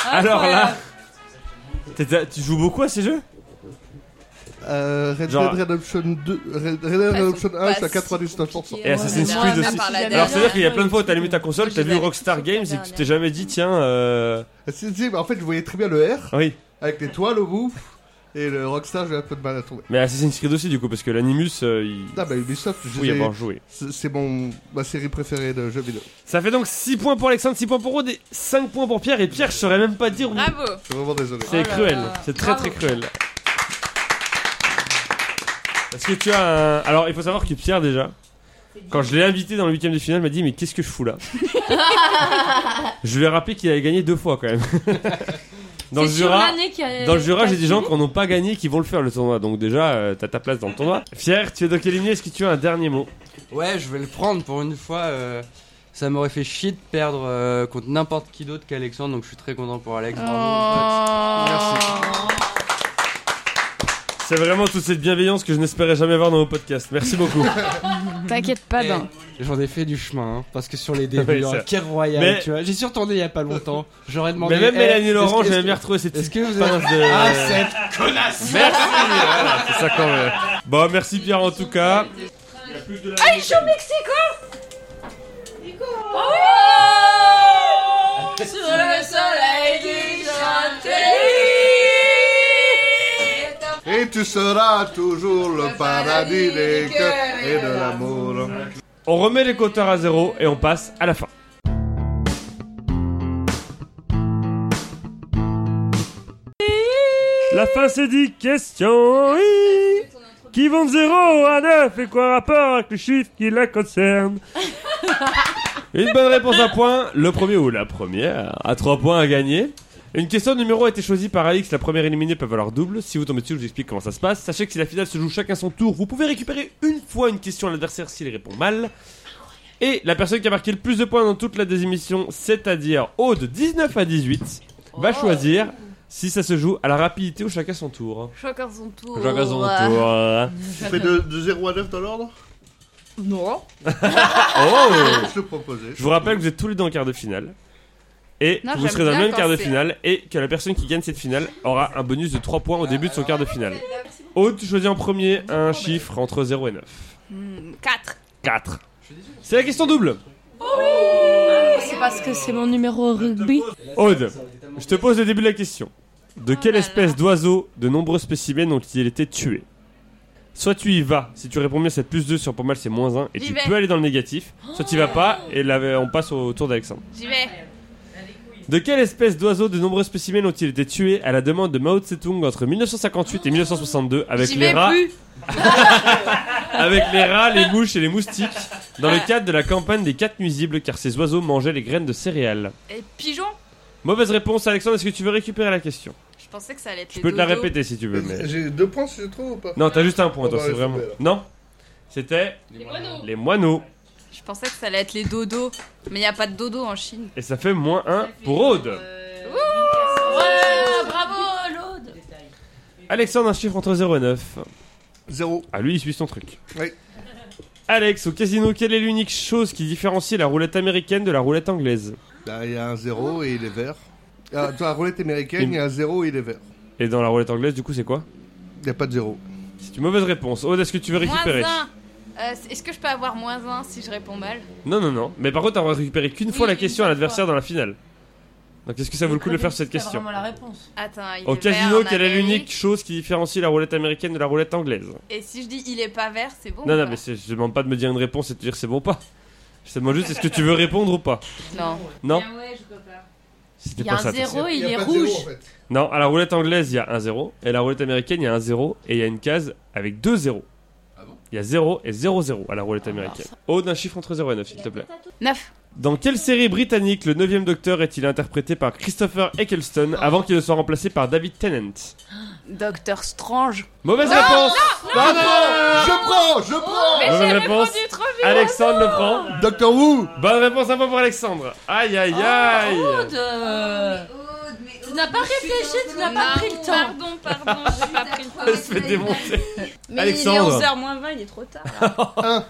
Speaker 1: alors là. T'étais- Tu joues beaucoup à ces jeux
Speaker 3: Euh, Red
Speaker 1: Genre-
Speaker 3: Dead Redemption 2. Red Red Dead
Speaker 1: Euh,
Speaker 3: Redemption 1,
Speaker 1: ah,
Speaker 7: pas
Speaker 3: je suis à
Speaker 7: si
Speaker 3: 99%.
Speaker 1: Et Assassin's
Speaker 7: mais non,
Speaker 1: Creed
Speaker 7: même
Speaker 1: aussi.
Speaker 7: par la
Speaker 1: Alors
Speaker 7: dernière.
Speaker 1: c'est à dire qu'il y a plein de fois où t'as allumé ta console,
Speaker 7: Moi,
Speaker 1: t'as
Speaker 7: je
Speaker 1: vu
Speaker 7: vais-
Speaker 1: Rockstar Games et que tu
Speaker 7: dernière.
Speaker 1: t'es jamais dit tiens euh...
Speaker 3: Ah,
Speaker 1: ah
Speaker 3: Si, si, mais en fait, je voyais très bien le R
Speaker 1: Oui.
Speaker 3: avec les toiles au bout. Et le Rockstar, j'ai un peu de mal à trouver.
Speaker 1: Mais Assassin's Creed aussi, du coup, parce que l'Animus, euh, il
Speaker 3: Ah bah Ubisoft, je
Speaker 1: faut y
Speaker 3: les ai-
Speaker 1: avoir joué.
Speaker 3: c'est c'est mon ma série préférée de jeux vidéo.
Speaker 1: Ça fait donc 6 points pour Alexandre, 6 points pour Aude et 5 points pour Pierre. Et Pierre, je saurais même pas dire où.
Speaker 4: Bravo
Speaker 3: Je suis vraiment désolé.
Speaker 1: C'est
Speaker 2: Ah, Oh là
Speaker 1: cruel,
Speaker 2: là.
Speaker 1: c'est très
Speaker 2: Bravo.
Speaker 1: très cruel. Est-ce que tu as un... Alors, il faut savoir que Pierre, déjà, quand je l'ai invité dans le huitième de finale, m'a dit Mais qu'est-ce que je fous là Je lui ai rappelé qu'il avait gagné deux fois quand même. dans le
Speaker 2: C'est sur
Speaker 1: Jura.
Speaker 2: l'année qu'il y a-
Speaker 1: Dans le Jura,
Speaker 2: qu'il y
Speaker 1: j'ai
Speaker 2: a
Speaker 1: des gens
Speaker 2: fini.
Speaker 1: qui n'ont pas gagné qui vont le faire le tournoi. Donc déjà, euh, t'as ta place dans le tournoi. Pierre, tu es donc éliminé. Est-ce que tu as un dernier mot
Speaker 5: Ouais, je vais le prendre pour une fois. euh, ça m'aurait fait chier de perdre euh, contre n'importe qui d'autre qu'Alexandre, donc je suis très content pour Alex.
Speaker 7: Oh,
Speaker 5: bravo.
Speaker 1: C'est vraiment toute cette bienveillance que je n'espérais jamais voir dans vos podcasts. Merci beaucoup.
Speaker 4: T'inquiète pas,
Speaker 5: Eh,
Speaker 4: Ben.
Speaker 5: J'en ai fait du chemin, hein, parce que sur les
Speaker 1: Oui,
Speaker 5: débuts,
Speaker 1: ça.
Speaker 5: hein, Kerr Royal,
Speaker 1: Mais-
Speaker 5: tu vois, j'y suis retourné il y a pas longtemps. J'aurais demandé.
Speaker 1: Mais même
Speaker 5: eh,
Speaker 1: Mélanie Laurent,
Speaker 5: est-ce que-
Speaker 1: j'aime bien
Speaker 5: est-ce
Speaker 1: retrouver cette
Speaker 5: que- Est-ce
Speaker 1: petite
Speaker 5: que vous
Speaker 1: pince
Speaker 5: avez.
Speaker 1: de.
Speaker 5: Ah, cette
Speaker 1: Merci Voilà, c'est ça quand même. Bon, Bah, merci Pierre en tout cas.
Speaker 7: Oh,
Speaker 2: Sous le soleil du
Speaker 3: Et tu seras toujours le paradis des cœurs et de l'amour.
Speaker 1: On remet les compteurs à zéro et on passe à la fin. La fin c'est 10 questions, oui, qui vont de 0 à 9 et quoi rapport avec le chiffre qui la concerne Une bonne réponse à point, le premier ou la première, à 3 points à gagner. Une question numéro a été choisie par Alix, la première éliminée peut valoir double. Si vous tombez dessus, je vous explique comment ça se passe. Sachez que si la finale se joue chacun son tour, vous pouvez récupérer une fois une question à l'adversaire s'il répond mal. Et la personne qui a marqué le plus de points dans toute la désémission, c'est-à-dire Aude de 19 à 18,
Speaker 4: Oh.
Speaker 1: va choisir si ça se joue à la rapidité ou chacun son tour.
Speaker 7: Chacun son tour. Euh,
Speaker 1: Chacun son tour.
Speaker 3: Tu fais de, de 0 à 9 dans l'ordre
Speaker 7: Non.
Speaker 1: Oh
Speaker 3: Je te proposais.
Speaker 1: Je vous rappelle que vous êtes tous les deux en quart de finale. Et
Speaker 4: Non,
Speaker 1: que vous
Speaker 4: j'aime
Speaker 1: serez dans le
Speaker 4: bien
Speaker 1: même
Speaker 4: quand
Speaker 1: quart de
Speaker 4: c'est-
Speaker 1: finale. Et que la personne qui gagne cette finale aura un bonus de 3 points au début de son quart de finale.
Speaker 4: Ah,
Speaker 1: Aude, tu choisis en premier un chiffre entre 0 et 9.
Speaker 7: 4.
Speaker 1: 4. C'est la question double.
Speaker 6: C'est parce que c'est mon numéro rugby.
Speaker 1: Aude, je te pose le début de la question.
Speaker 7: Oh
Speaker 1: De quelle espèce d'oiseau de nombreux spécimens ont-ils été tués Soit tu y vas, si tu réponds bien c'est plus 2, sur pas mal c'est moins 1, et
Speaker 7: J'y
Speaker 1: tu
Speaker 7: vais.
Speaker 1: peux aller dans le négatif. Soit tu y vas pas, et là, on passe au tour d'Alexandre.
Speaker 7: J'y vais.
Speaker 1: De quelle espèce d'oiseau de nombreux spécimens ont-ils été tués à la demande de Mao Tse-tung entre 1958 et 1962 avec
Speaker 7: J'y
Speaker 1: les
Speaker 7: vais
Speaker 1: rats
Speaker 7: plus.
Speaker 1: avec les rats, les mouches et les moustiques dans le cadre de la campagne des quatre nuisibles car ces oiseaux mangeaient les graines de céréales
Speaker 7: Et pigeon
Speaker 1: Mauvaise réponse, Alexandre. Est-ce que tu veux récupérer la question
Speaker 7: Je pensais que ça allait être
Speaker 1: Je
Speaker 7: les
Speaker 1: peux te la
Speaker 7: dodos.
Speaker 1: répéter si tu veux. Mais...
Speaker 3: J'ai deux points si je trouve ou pas
Speaker 1: Non, t'as juste un point,
Speaker 3: Oh,
Speaker 1: toi,
Speaker 3: bah,
Speaker 1: c'est
Speaker 3: laisse
Speaker 1: vraiment.
Speaker 3: tomber, alors.
Speaker 1: Non C'était
Speaker 9: Les moineaux.
Speaker 1: les moineaux.
Speaker 7: Je pensais que ça allait être les dodos. Mais il n'y a pas de dodo en Chine.
Speaker 1: Et ça fait moins 1 pour Aude.
Speaker 2: Ouais, bravo, Laude.
Speaker 1: Alexandre, un chiffre entre 0 et 9.
Speaker 3: Zéro.
Speaker 1: Ah, lui, il suit son truc.
Speaker 3: Oui.
Speaker 1: Alex, au casino, quelle est l'unique chose qui différencie la roulette américaine de la roulette anglaise
Speaker 3: Là, Bah, il y a un zéro et il est vert. Ah, dans la roulette américaine, il y a un zéro et il est vert.
Speaker 1: Et dans la roulette anglaise, du coup, c'est quoi
Speaker 3: Il n'y a pas de zéro.
Speaker 1: C'est une mauvaise réponse. Aude, est-ce que tu veux
Speaker 7: Moins
Speaker 1: récupérer
Speaker 7: un Euh, c'est- Est-ce que je peux avoir moins un si je réponds mal
Speaker 1: Non, non, non. Mais par contre, t'as récupéré qu'une
Speaker 7: Oui,
Speaker 1: fois la
Speaker 7: une
Speaker 1: question à
Speaker 7: seule
Speaker 1: l'adversaire dans la finale. Donc, est-ce que ça vaut le coup de le faire cette
Speaker 2: C'est
Speaker 1: question
Speaker 2: vraiment la réponse.
Speaker 7: Attends, il
Speaker 1: Au
Speaker 7: est vert
Speaker 1: casino,
Speaker 7: en
Speaker 1: quelle est
Speaker 7: Amérique.
Speaker 1: l'unique chose qui différencie la roulette américaine de la roulette anglaise
Speaker 7: Et si je dis il est pas vert, c'est bon
Speaker 1: Non,
Speaker 7: ou
Speaker 1: non,
Speaker 7: pas
Speaker 1: mais c'est- je te demande pas de me dire une réponse et de te dire c'est bon ou pas. Je te demande juste est-ce que tu veux répondre ou pas.
Speaker 7: Non.
Speaker 1: Non
Speaker 9: ouais, je peux pas.
Speaker 1: C'était
Speaker 2: Il y a
Speaker 1: pas
Speaker 2: un
Speaker 1: ça. ta question.
Speaker 2: zéro, il,
Speaker 3: y a
Speaker 2: est
Speaker 3: pas de
Speaker 2: rouge.
Speaker 3: zéro, en fait.
Speaker 1: Non, à la roulette anglaise, il y a un 0. Et à la roulette américaine, il y a un 0. Et il y a une case avec deux zéros. Il y a 0 et 0-0 à la roulette américaine. Aude, un chiffre entre 0 et 9, s'il te plaît.
Speaker 4: 9.
Speaker 1: Dans quelle série britannique le 9 Docteur est-il interprété par Christopher Eccleston avant qu'il ne soit remplacé par David Tennant
Speaker 4: Docteur Strange.
Speaker 1: Mauvaise réponse
Speaker 3: Ah non Je prends, je prends
Speaker 1: Mauvaise réponse Alexandre le prend.
Speaker 3: Docteur Who
Speaker 1: Bonne réponse à point pour Alexandre. Aïe aïe aïe
Speaker 2: Aude, euh, tu n'as pas réfléchi, tu n'as pas pris le temps.
Speaker 7: Pardon, pardon, j'ai pas pris le temps.
Speaker 1: Elle se fait démonter.
Speaker 9: Mais
Speaker 1: Alexandre.
Speaker 9: il est 11h moins 20, il est trop tard.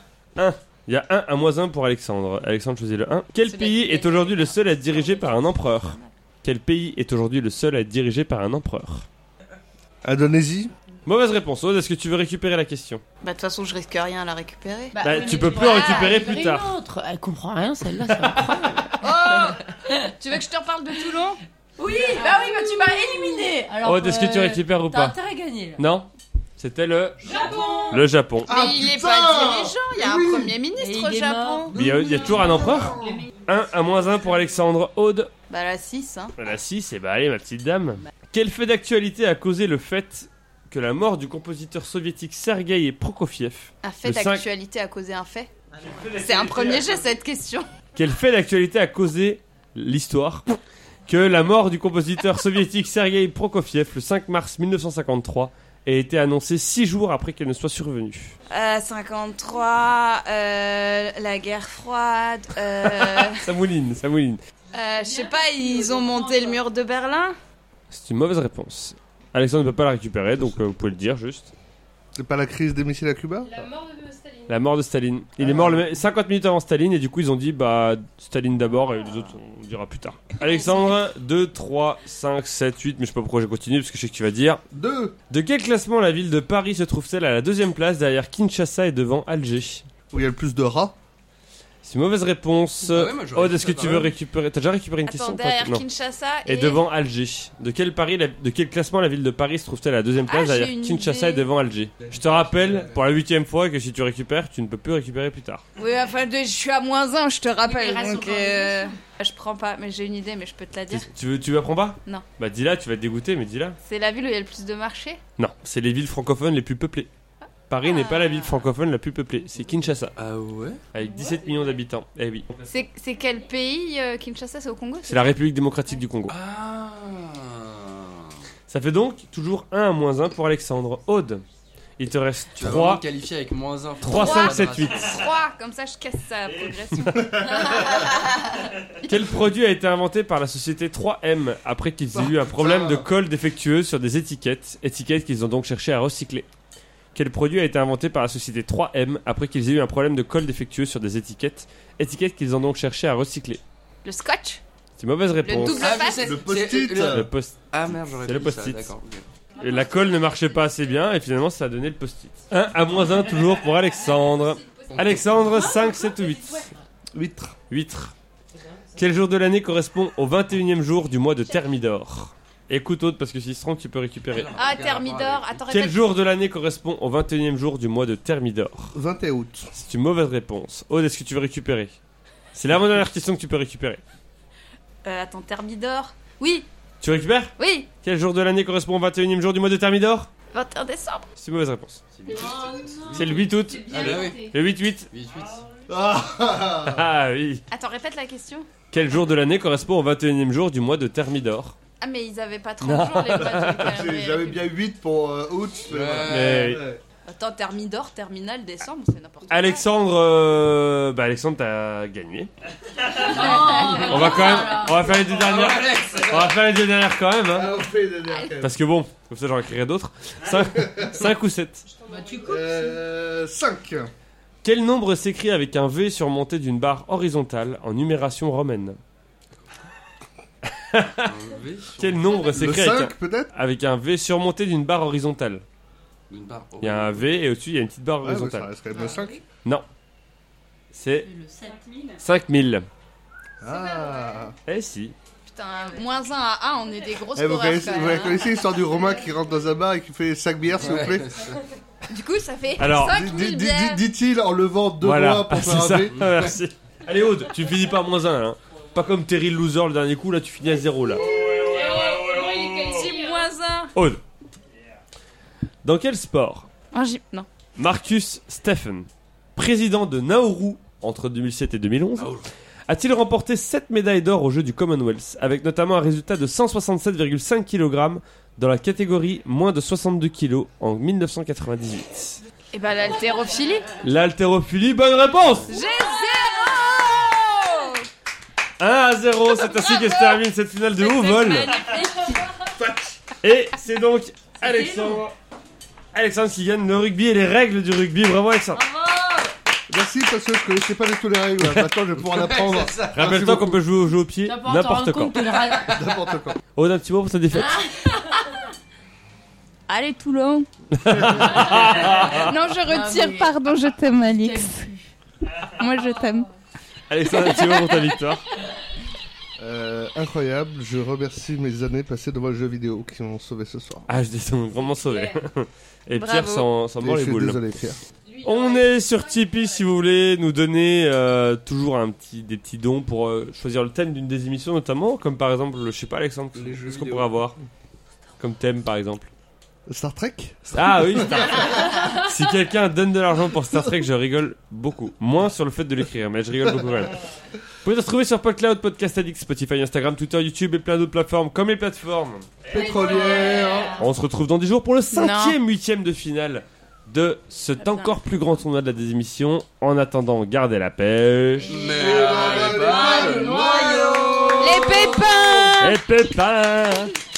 Speaker 1: Il y a 1 à moins 1 pour Alexandre. Alexandre choisit le 1. Quel
Speaker 7: C'est
Speaker 1: pays
Speaker 7: la-
Speaker 1: est aujourd'hui le seul à être dirigé par un empereur Quel pays est aujourd'hui le seul à être dirigé par un empereur
Speaker 3: Indonésie
Speaker 1: Mauvaise réponse, Aude. Est-ce que tu veux récupérer la question
Speaker 7: Bah de toute façon, je risque rien à la récupérer.
Speaker 1: Bah, tu peux plus en récupérer plus tard.
Speaker 6: Elle comprend rien, celle-là. ça.
Speaker 7: Oh Tu veux que je te reparle de Toulon
Speaker 2: Oui, bah oui, bah tu m'as éliminé. Alors,
Speaker 1: Aude, est-ce que tu
Speaker 2: euh,
Speaker 1: récupères ou
Speaker 2: T'as
Speaker 1: pas
Speaker 2: intérêt à gagner là.
Speaker 1: Non C'était le. Le Japon.
Speaker 3: Ah,
Speaker 4: mais il est
Speaker 3: putain
Speaker 4: pas dirigeant, il y a un premier
Speaker 2: Et
Speaker 4: ministre
Speaker 2: il
Speaker 4: au
Speaker 2: est
Speaker 4: Japon.
Speaker 2: mort.
Speaker 1: Mais Il y, a- il y a toujours un empereur 1 à moins 1 pour Alexandre. Aude.
Speaker 7: Bah la 6, hein.
Speaker 1: La 6, et bah allez, ma petite dame. Quel fait d'actualité a causé le fait que la mort du compositeur soviétique Sergei Prokofiev
Speaker 7: Un fait
Speaker 1: Le cinq. Ah,
Speaker 7: d'actualité a causé un fait C'est un premier jeu cette question.
Speaker 1: Quel fait d'actualité a causé l'histoire que la mort du compositeur soviétique Sergei Prokofiev le 5 mars 1953 ait été annoncée six jours après qu'elle ne soit survenue
Speaker 7: Euh, 53, euh, la guerre froide, euh,
Speaker 1: Ça mouline, ça mouline.
Speaker 7: euh, je sais pas, ils ont monté le mur de Berlin
Speaker 1: C'est une mauvaise réponse. Alexandre ne peut pas la récupérer, donc euh, vous pouvez le dire juste.
Speaker 3: C'est pas la crise des missiles à Cuba
Speaker 9: La mort de Staline.
Speaker 1: La mort de Staline. Il est mort le même- 50 minutes avant Staline, et du coup ils ont dit bah Staline d'abord, et les autres on dira plus tard. Alexandre, 2, 3, 5, 7, 8, mais je sais pas pourquoi j'ai continué, parce que je sais que tu vas dire.
Speaker 3: Deux
Speaker 1: De quel classement la ville de Paris se trouve-t-elle à la deuxième place derrière Kinshasa et devant Alger
Speaker 3: Où il y a le plus de rats
Speaker 1: C'est une mauvaise réponse.
Speaker 5: Bah ouais, moi, j'aurais
Speaker 1: Aude,
Speaker 5: dit
Speaker 1: est-ce que
Speaker 5: ça,
Speaker 1: tu
Speaker 5: bah
Speaker 1: veux
Speaker 5: ouais.
Speaker 1: récupérer T'as déjà récupéré une
Speaker 7: Attends,
Speaker 1: question
Speaker 7: derrière
Speaker 1: Non.
Speaker 7: Kinshasa et,
Speaker 1: Et devant Alger. De quel, Paris, la- de quel classement la ville de Paris se trouve-t-elle à la deuxième place
Speaker 7: Ah, j'ai
Speaker 1: derrière
Speaker 7: une
Speaker 1: Kinshasa
Speaker 7: idée.
Speaker 1: et devant Alger Je te rappelle pour la huitième fois que si tu récupères, tu ne peux plus récupérer plus tard.
Speaker 7: Oui, enfin, je suis à moins 1, je te rappelle.
Speaker 2: Mais reste
Speaker 7: Donc,
Speaker 2: encore
Speaker 7: euh, je prends pas, mais j'ai une idée, mais je peux te la dire.
Speaker 1: Qu'est-ce- Tu veux, tu apprends pas
Speaker 7: Non.
Speaker 1: Bah dis-la, tu vas te dégoûter, mais dis-la.
Speaker 7: C'est la ville où il y a le plus de marchés
Speaker 1: Non, c'est les villes francophones les plus peuplées. Paris n'est pas la ville francophone la plus peuplée, c'est Kinshasa,
Speaker 5: Ah ouais
Speaker 1: avec 17 millions d'habitants. Eh oui.
Speaker 7: C'est c'est quel pays, euh, Kinshasa C'est au Congo
Speaker 1: C'est la République démocratique du Congo.
Speaker 5: Ah
Speaker 1: Ça fait donc toujours 1 à moins 1 pour Alexandre. Aude, il te reste
Speaker 5: Tu vas vraiment
Speaker 1: 3,
Speaker 5: me qualifier avec moins 1.
Speaker 1: 3, 5, 7, 8.
Speaker 7: 3, comme ça je casse sa progression.
Speaker 1: Quel produit a été inventé par la société 3M après qu'ils aient eu un problème de colle défectueuse sur des étiquettes, étiquettes qu'ils ont donc cherché à recycler Quel produit a été inventé par la société 3M après qu'ils aient eu un problème de colle défectueuse sur des étiquettes, étiquettes qu'ils ont donc cherché à recycler
Speaker 7: Le scotch
Speaker 1: C'est une mauvaise
Speaker 7: Le
Speaker 1: réponse.
Speaker 7: double
Speaker 5: Ah, je
Speaker 7: face
Speaker 5: sais,
Speaker 3: Le
Speaker 5: c'est-
Speaker 3: post-it.
Speaker 5: le-
Speaker 1: Le post-
Speaker 5: Ah merde, j'aurais
Speaker 1: C'est le
Speaker 5: dit ça,
Speaker 1: post-it.
Speaker 5: d'accord, ok.
Speaker 1: Et La colle ne marchait pas assez bien et finalement ça a donné le post-it. 1 à moins 1 toujours pour Alexandre. Alexandre, 5, 7 ou 8
Speaker 3: Huîtres.
Speaker 1: Huîtres. Quel jour de l'année correspond au 21e jour du mois de Thermidor Écoute Aude parce que si se trompe tu peux récupérer.
Speaker 7: Ah, Thermidor, attends,
Speaker 1: Quel
Speaker 7: répète.
Speaker 1: jour de l'année correspond au 21e jour du mois de Thermidor
Speaker 3: 21 août.
Speaker 1: C'est une mauvaise réponse. Aude, est-ce que tu veux récupérer C'est la dernière question que tu peux récupérer.
Speaker 7: Euh, attends, Thermidor. Oui,
Speaker 1: Tu récupères
Speaker 7: oui,
Speaker 1: Quel jour de l'année correspond au 21e jour du mois de Thermidor
Speaker 7: 21 décembre.
Speaker 1: C'est une mauvaise réponse.
Speaker 9: non.
Speaker 1: C'est le 8 août.
Speaker 5: Ah bah oui.
Speaker 1: Le 8-8
Speaker 3: Ah,
Speaker 1: Ah oui
Speaker 7: Attends, répète la question.
Speaker 1: Quel jour de l'année correspond au 21 e jour du mois de Thermidor
Speaker 7: Ah, mais ils avaient pas 30 jours, les boîtes du
Speaker 3: j'ai-
Speaker 7: calendrier.
Speaker 3: J'avais bien 8 pour euh, août. mais
Speaker 5: Ouais.
Speaker 3: voilà.
Speaker 1: Mais-
Speaker 3: Ouais.
Speaker 7: Attends, Thermidor, Terminal, décembre, c'est n'importe quoi.
Speaker 1: Alexandre, euh, bah Alexandre, t'as gagné. On va quand même, on va faire les deux
Speaker 5: Ah,
Speaker 1: dernières, on va faire les deux dernières quand même. hein.
Speaker 3: Ah, on fait une dernière, quand même.
Speaker 1: Parce que bon, comme ça j'en écrirai d'autres. 5 ou 7.
Speaker 2: Bah, tu coupes.
Speaker 3: Euh, 5.
Speaker 1: Quel nombre s'écrit avec un V surmonté d'une barre horizontale en numération romaine Quel nombre
Speaker 3: Le
Speaker 1: s'écrit avec, un-
Speaker 3: 5 peut-être
Speaker 1: avec un V surmonté d'une barre horizontale Il y a un V et au-dessus il y a une petite barre
Speaker 3: Ouais, mais ça
Speaker 1: horizontale.
Speaker 3: reste quand même le 5.
Speaker 1: C'est
Speaker 2: Le 7000.
Speaker 1: 5000.
Speaker 3: Ah.
Speaker 1: Eh si.
Speaker 7: Putain, moins 1 à 1, on est des grosses
Speaker 3: Eh, vous,
Speaker 7: scoreurs,
Speaker 3: connaissez,
Speaker 7: quand
Speaker 3: vous
Speaker 7: même, hein.
Speaker 3: connaissez l'histoire du Romain qui rentre dans un bar et qui fait 5 bières, s'il vous plaît
Speaker 7: Du coup, ça fait
Speaker 1: Alors,
Speaker 7: 5000
Speaker 3: Dit- dit-
Speaker 7: bières.
Speaker 3: dit- Dit-il en levant deux
Speaker 1: voilà.
Speaker 3: doigts
Speaker 1: Ah,
Speaker 3: pour
Speaker 1: c'est
Speaker 3: faire
Speaker 1: ça.
Speaker 3: un V.
Speaker 1: Merci. Allez Aude, tu finis pas à moins 1. Pas comme Terry le Loser le dernier coup, là tu finis à 0 là.
Speaker 7: Petit moins 1.
Speaker 1: Aude. Dans quel sport
Speaker 4: En J- Non.
Speaker 1: Marcus Steffen, président de Nauru entre 2007 et 2011, a-t-il remporté 7 médailles d'or aux Jeux du Commonwealth, avec notamment un résultat de 167,5 kg dans la catégorie moins de 62 kg en 1998
Speaker 7: Et bah, l'haltérophilie.
Speaker 1: L'haltérophilie, bonne réponse
Speaker 7: J'ai 0
Speaker 1: 1 à 0, c'est ainsi que se termine cette finale de haut vol. Et c'est donc Alexandre, Alexandre qui gagne le rugby et les règles du rugby. Bravo Alexandre.
Speaker 3: Merci parce que je connaissais pas du tout les règles. là. Maintenant, je vais pouvoir l'apprendre
Speaker 1: Rappelle-toi qu'on peut jouer au jeu au pied
Speaker 2: Ah. T'as pas à te
Speaker 1: n'importe
Speaker 2: rendre
Speaker 1: quand.
Speaker 2: compte Ah. de la-
Speaker 3: n'importe quand.
Speaker 1: Oh, un petit mot pour ta défaite.
Speaker 4: Allez, Toulon. non, je retire,
Speaker 2: Ah, mais-
Speaker 4: pardon, je t'aime, Alix. Moi, je t'aime.
Speaker 1: Alexandre, un petit mot pour ta victoire.
Speaker 3: Euh, incroyable, je remercie mes années passées devant le jeu vidéo qui m'ont sauvé ce soir.
Speaker 1: Ah, je dis, ils m'ont vraiment sauvé. Et Pierre s'en
Speaker 7: Bravo.
Speaker 1: s'en
Speaker 3: Et
Speaker 1: mord
Speaker 3: je
Speaker 1: les
Speaker 3: suis
Speaker 1: boules.
Speaker 3: désolé, Pierre.
Speaker 1: On est sur Tipeee si vous voulez nous donner euh, toujours un petit, des petits dons pour euh, choisir le thème d'une des émissions notamment, comme par exemple, je sais pas Alexandre,
Speaker 5: Les jeux
Speaker 1: qu'est-ce qu'on
Speaker 5: vidéo.
Speaker 1: pourrait avoir comme thème par exemple
Speaker 3: Star Trek
Speaker 1: Ah oui, Star Trek. Si quelqu'un donne de l'argent pour Star Trek, je rigole beaucoup. Moins sur le fait de l'écrire, mais je rigole beaucoup quand même. Vous pouvez nous retrouver sur PodCloud, Podcast Addict, Spotify, Instagram, Twitter, YouTube et plein d'autres plateformes comme les plateformes.
Speaker 3: Pétrolière
Speaker 1: On se retrouve dans 10 jours pour le cinquième huitième de finale de cet
Speaker 4: Putain.
Speaker 1: encore plus grand tournoi de la désémission. En attendant, gardez la pêche.
Speaker 7: euh,
Speaker 5: Mais.
Speaker 7: oh. Les pépins
Speaker 1: Et pépins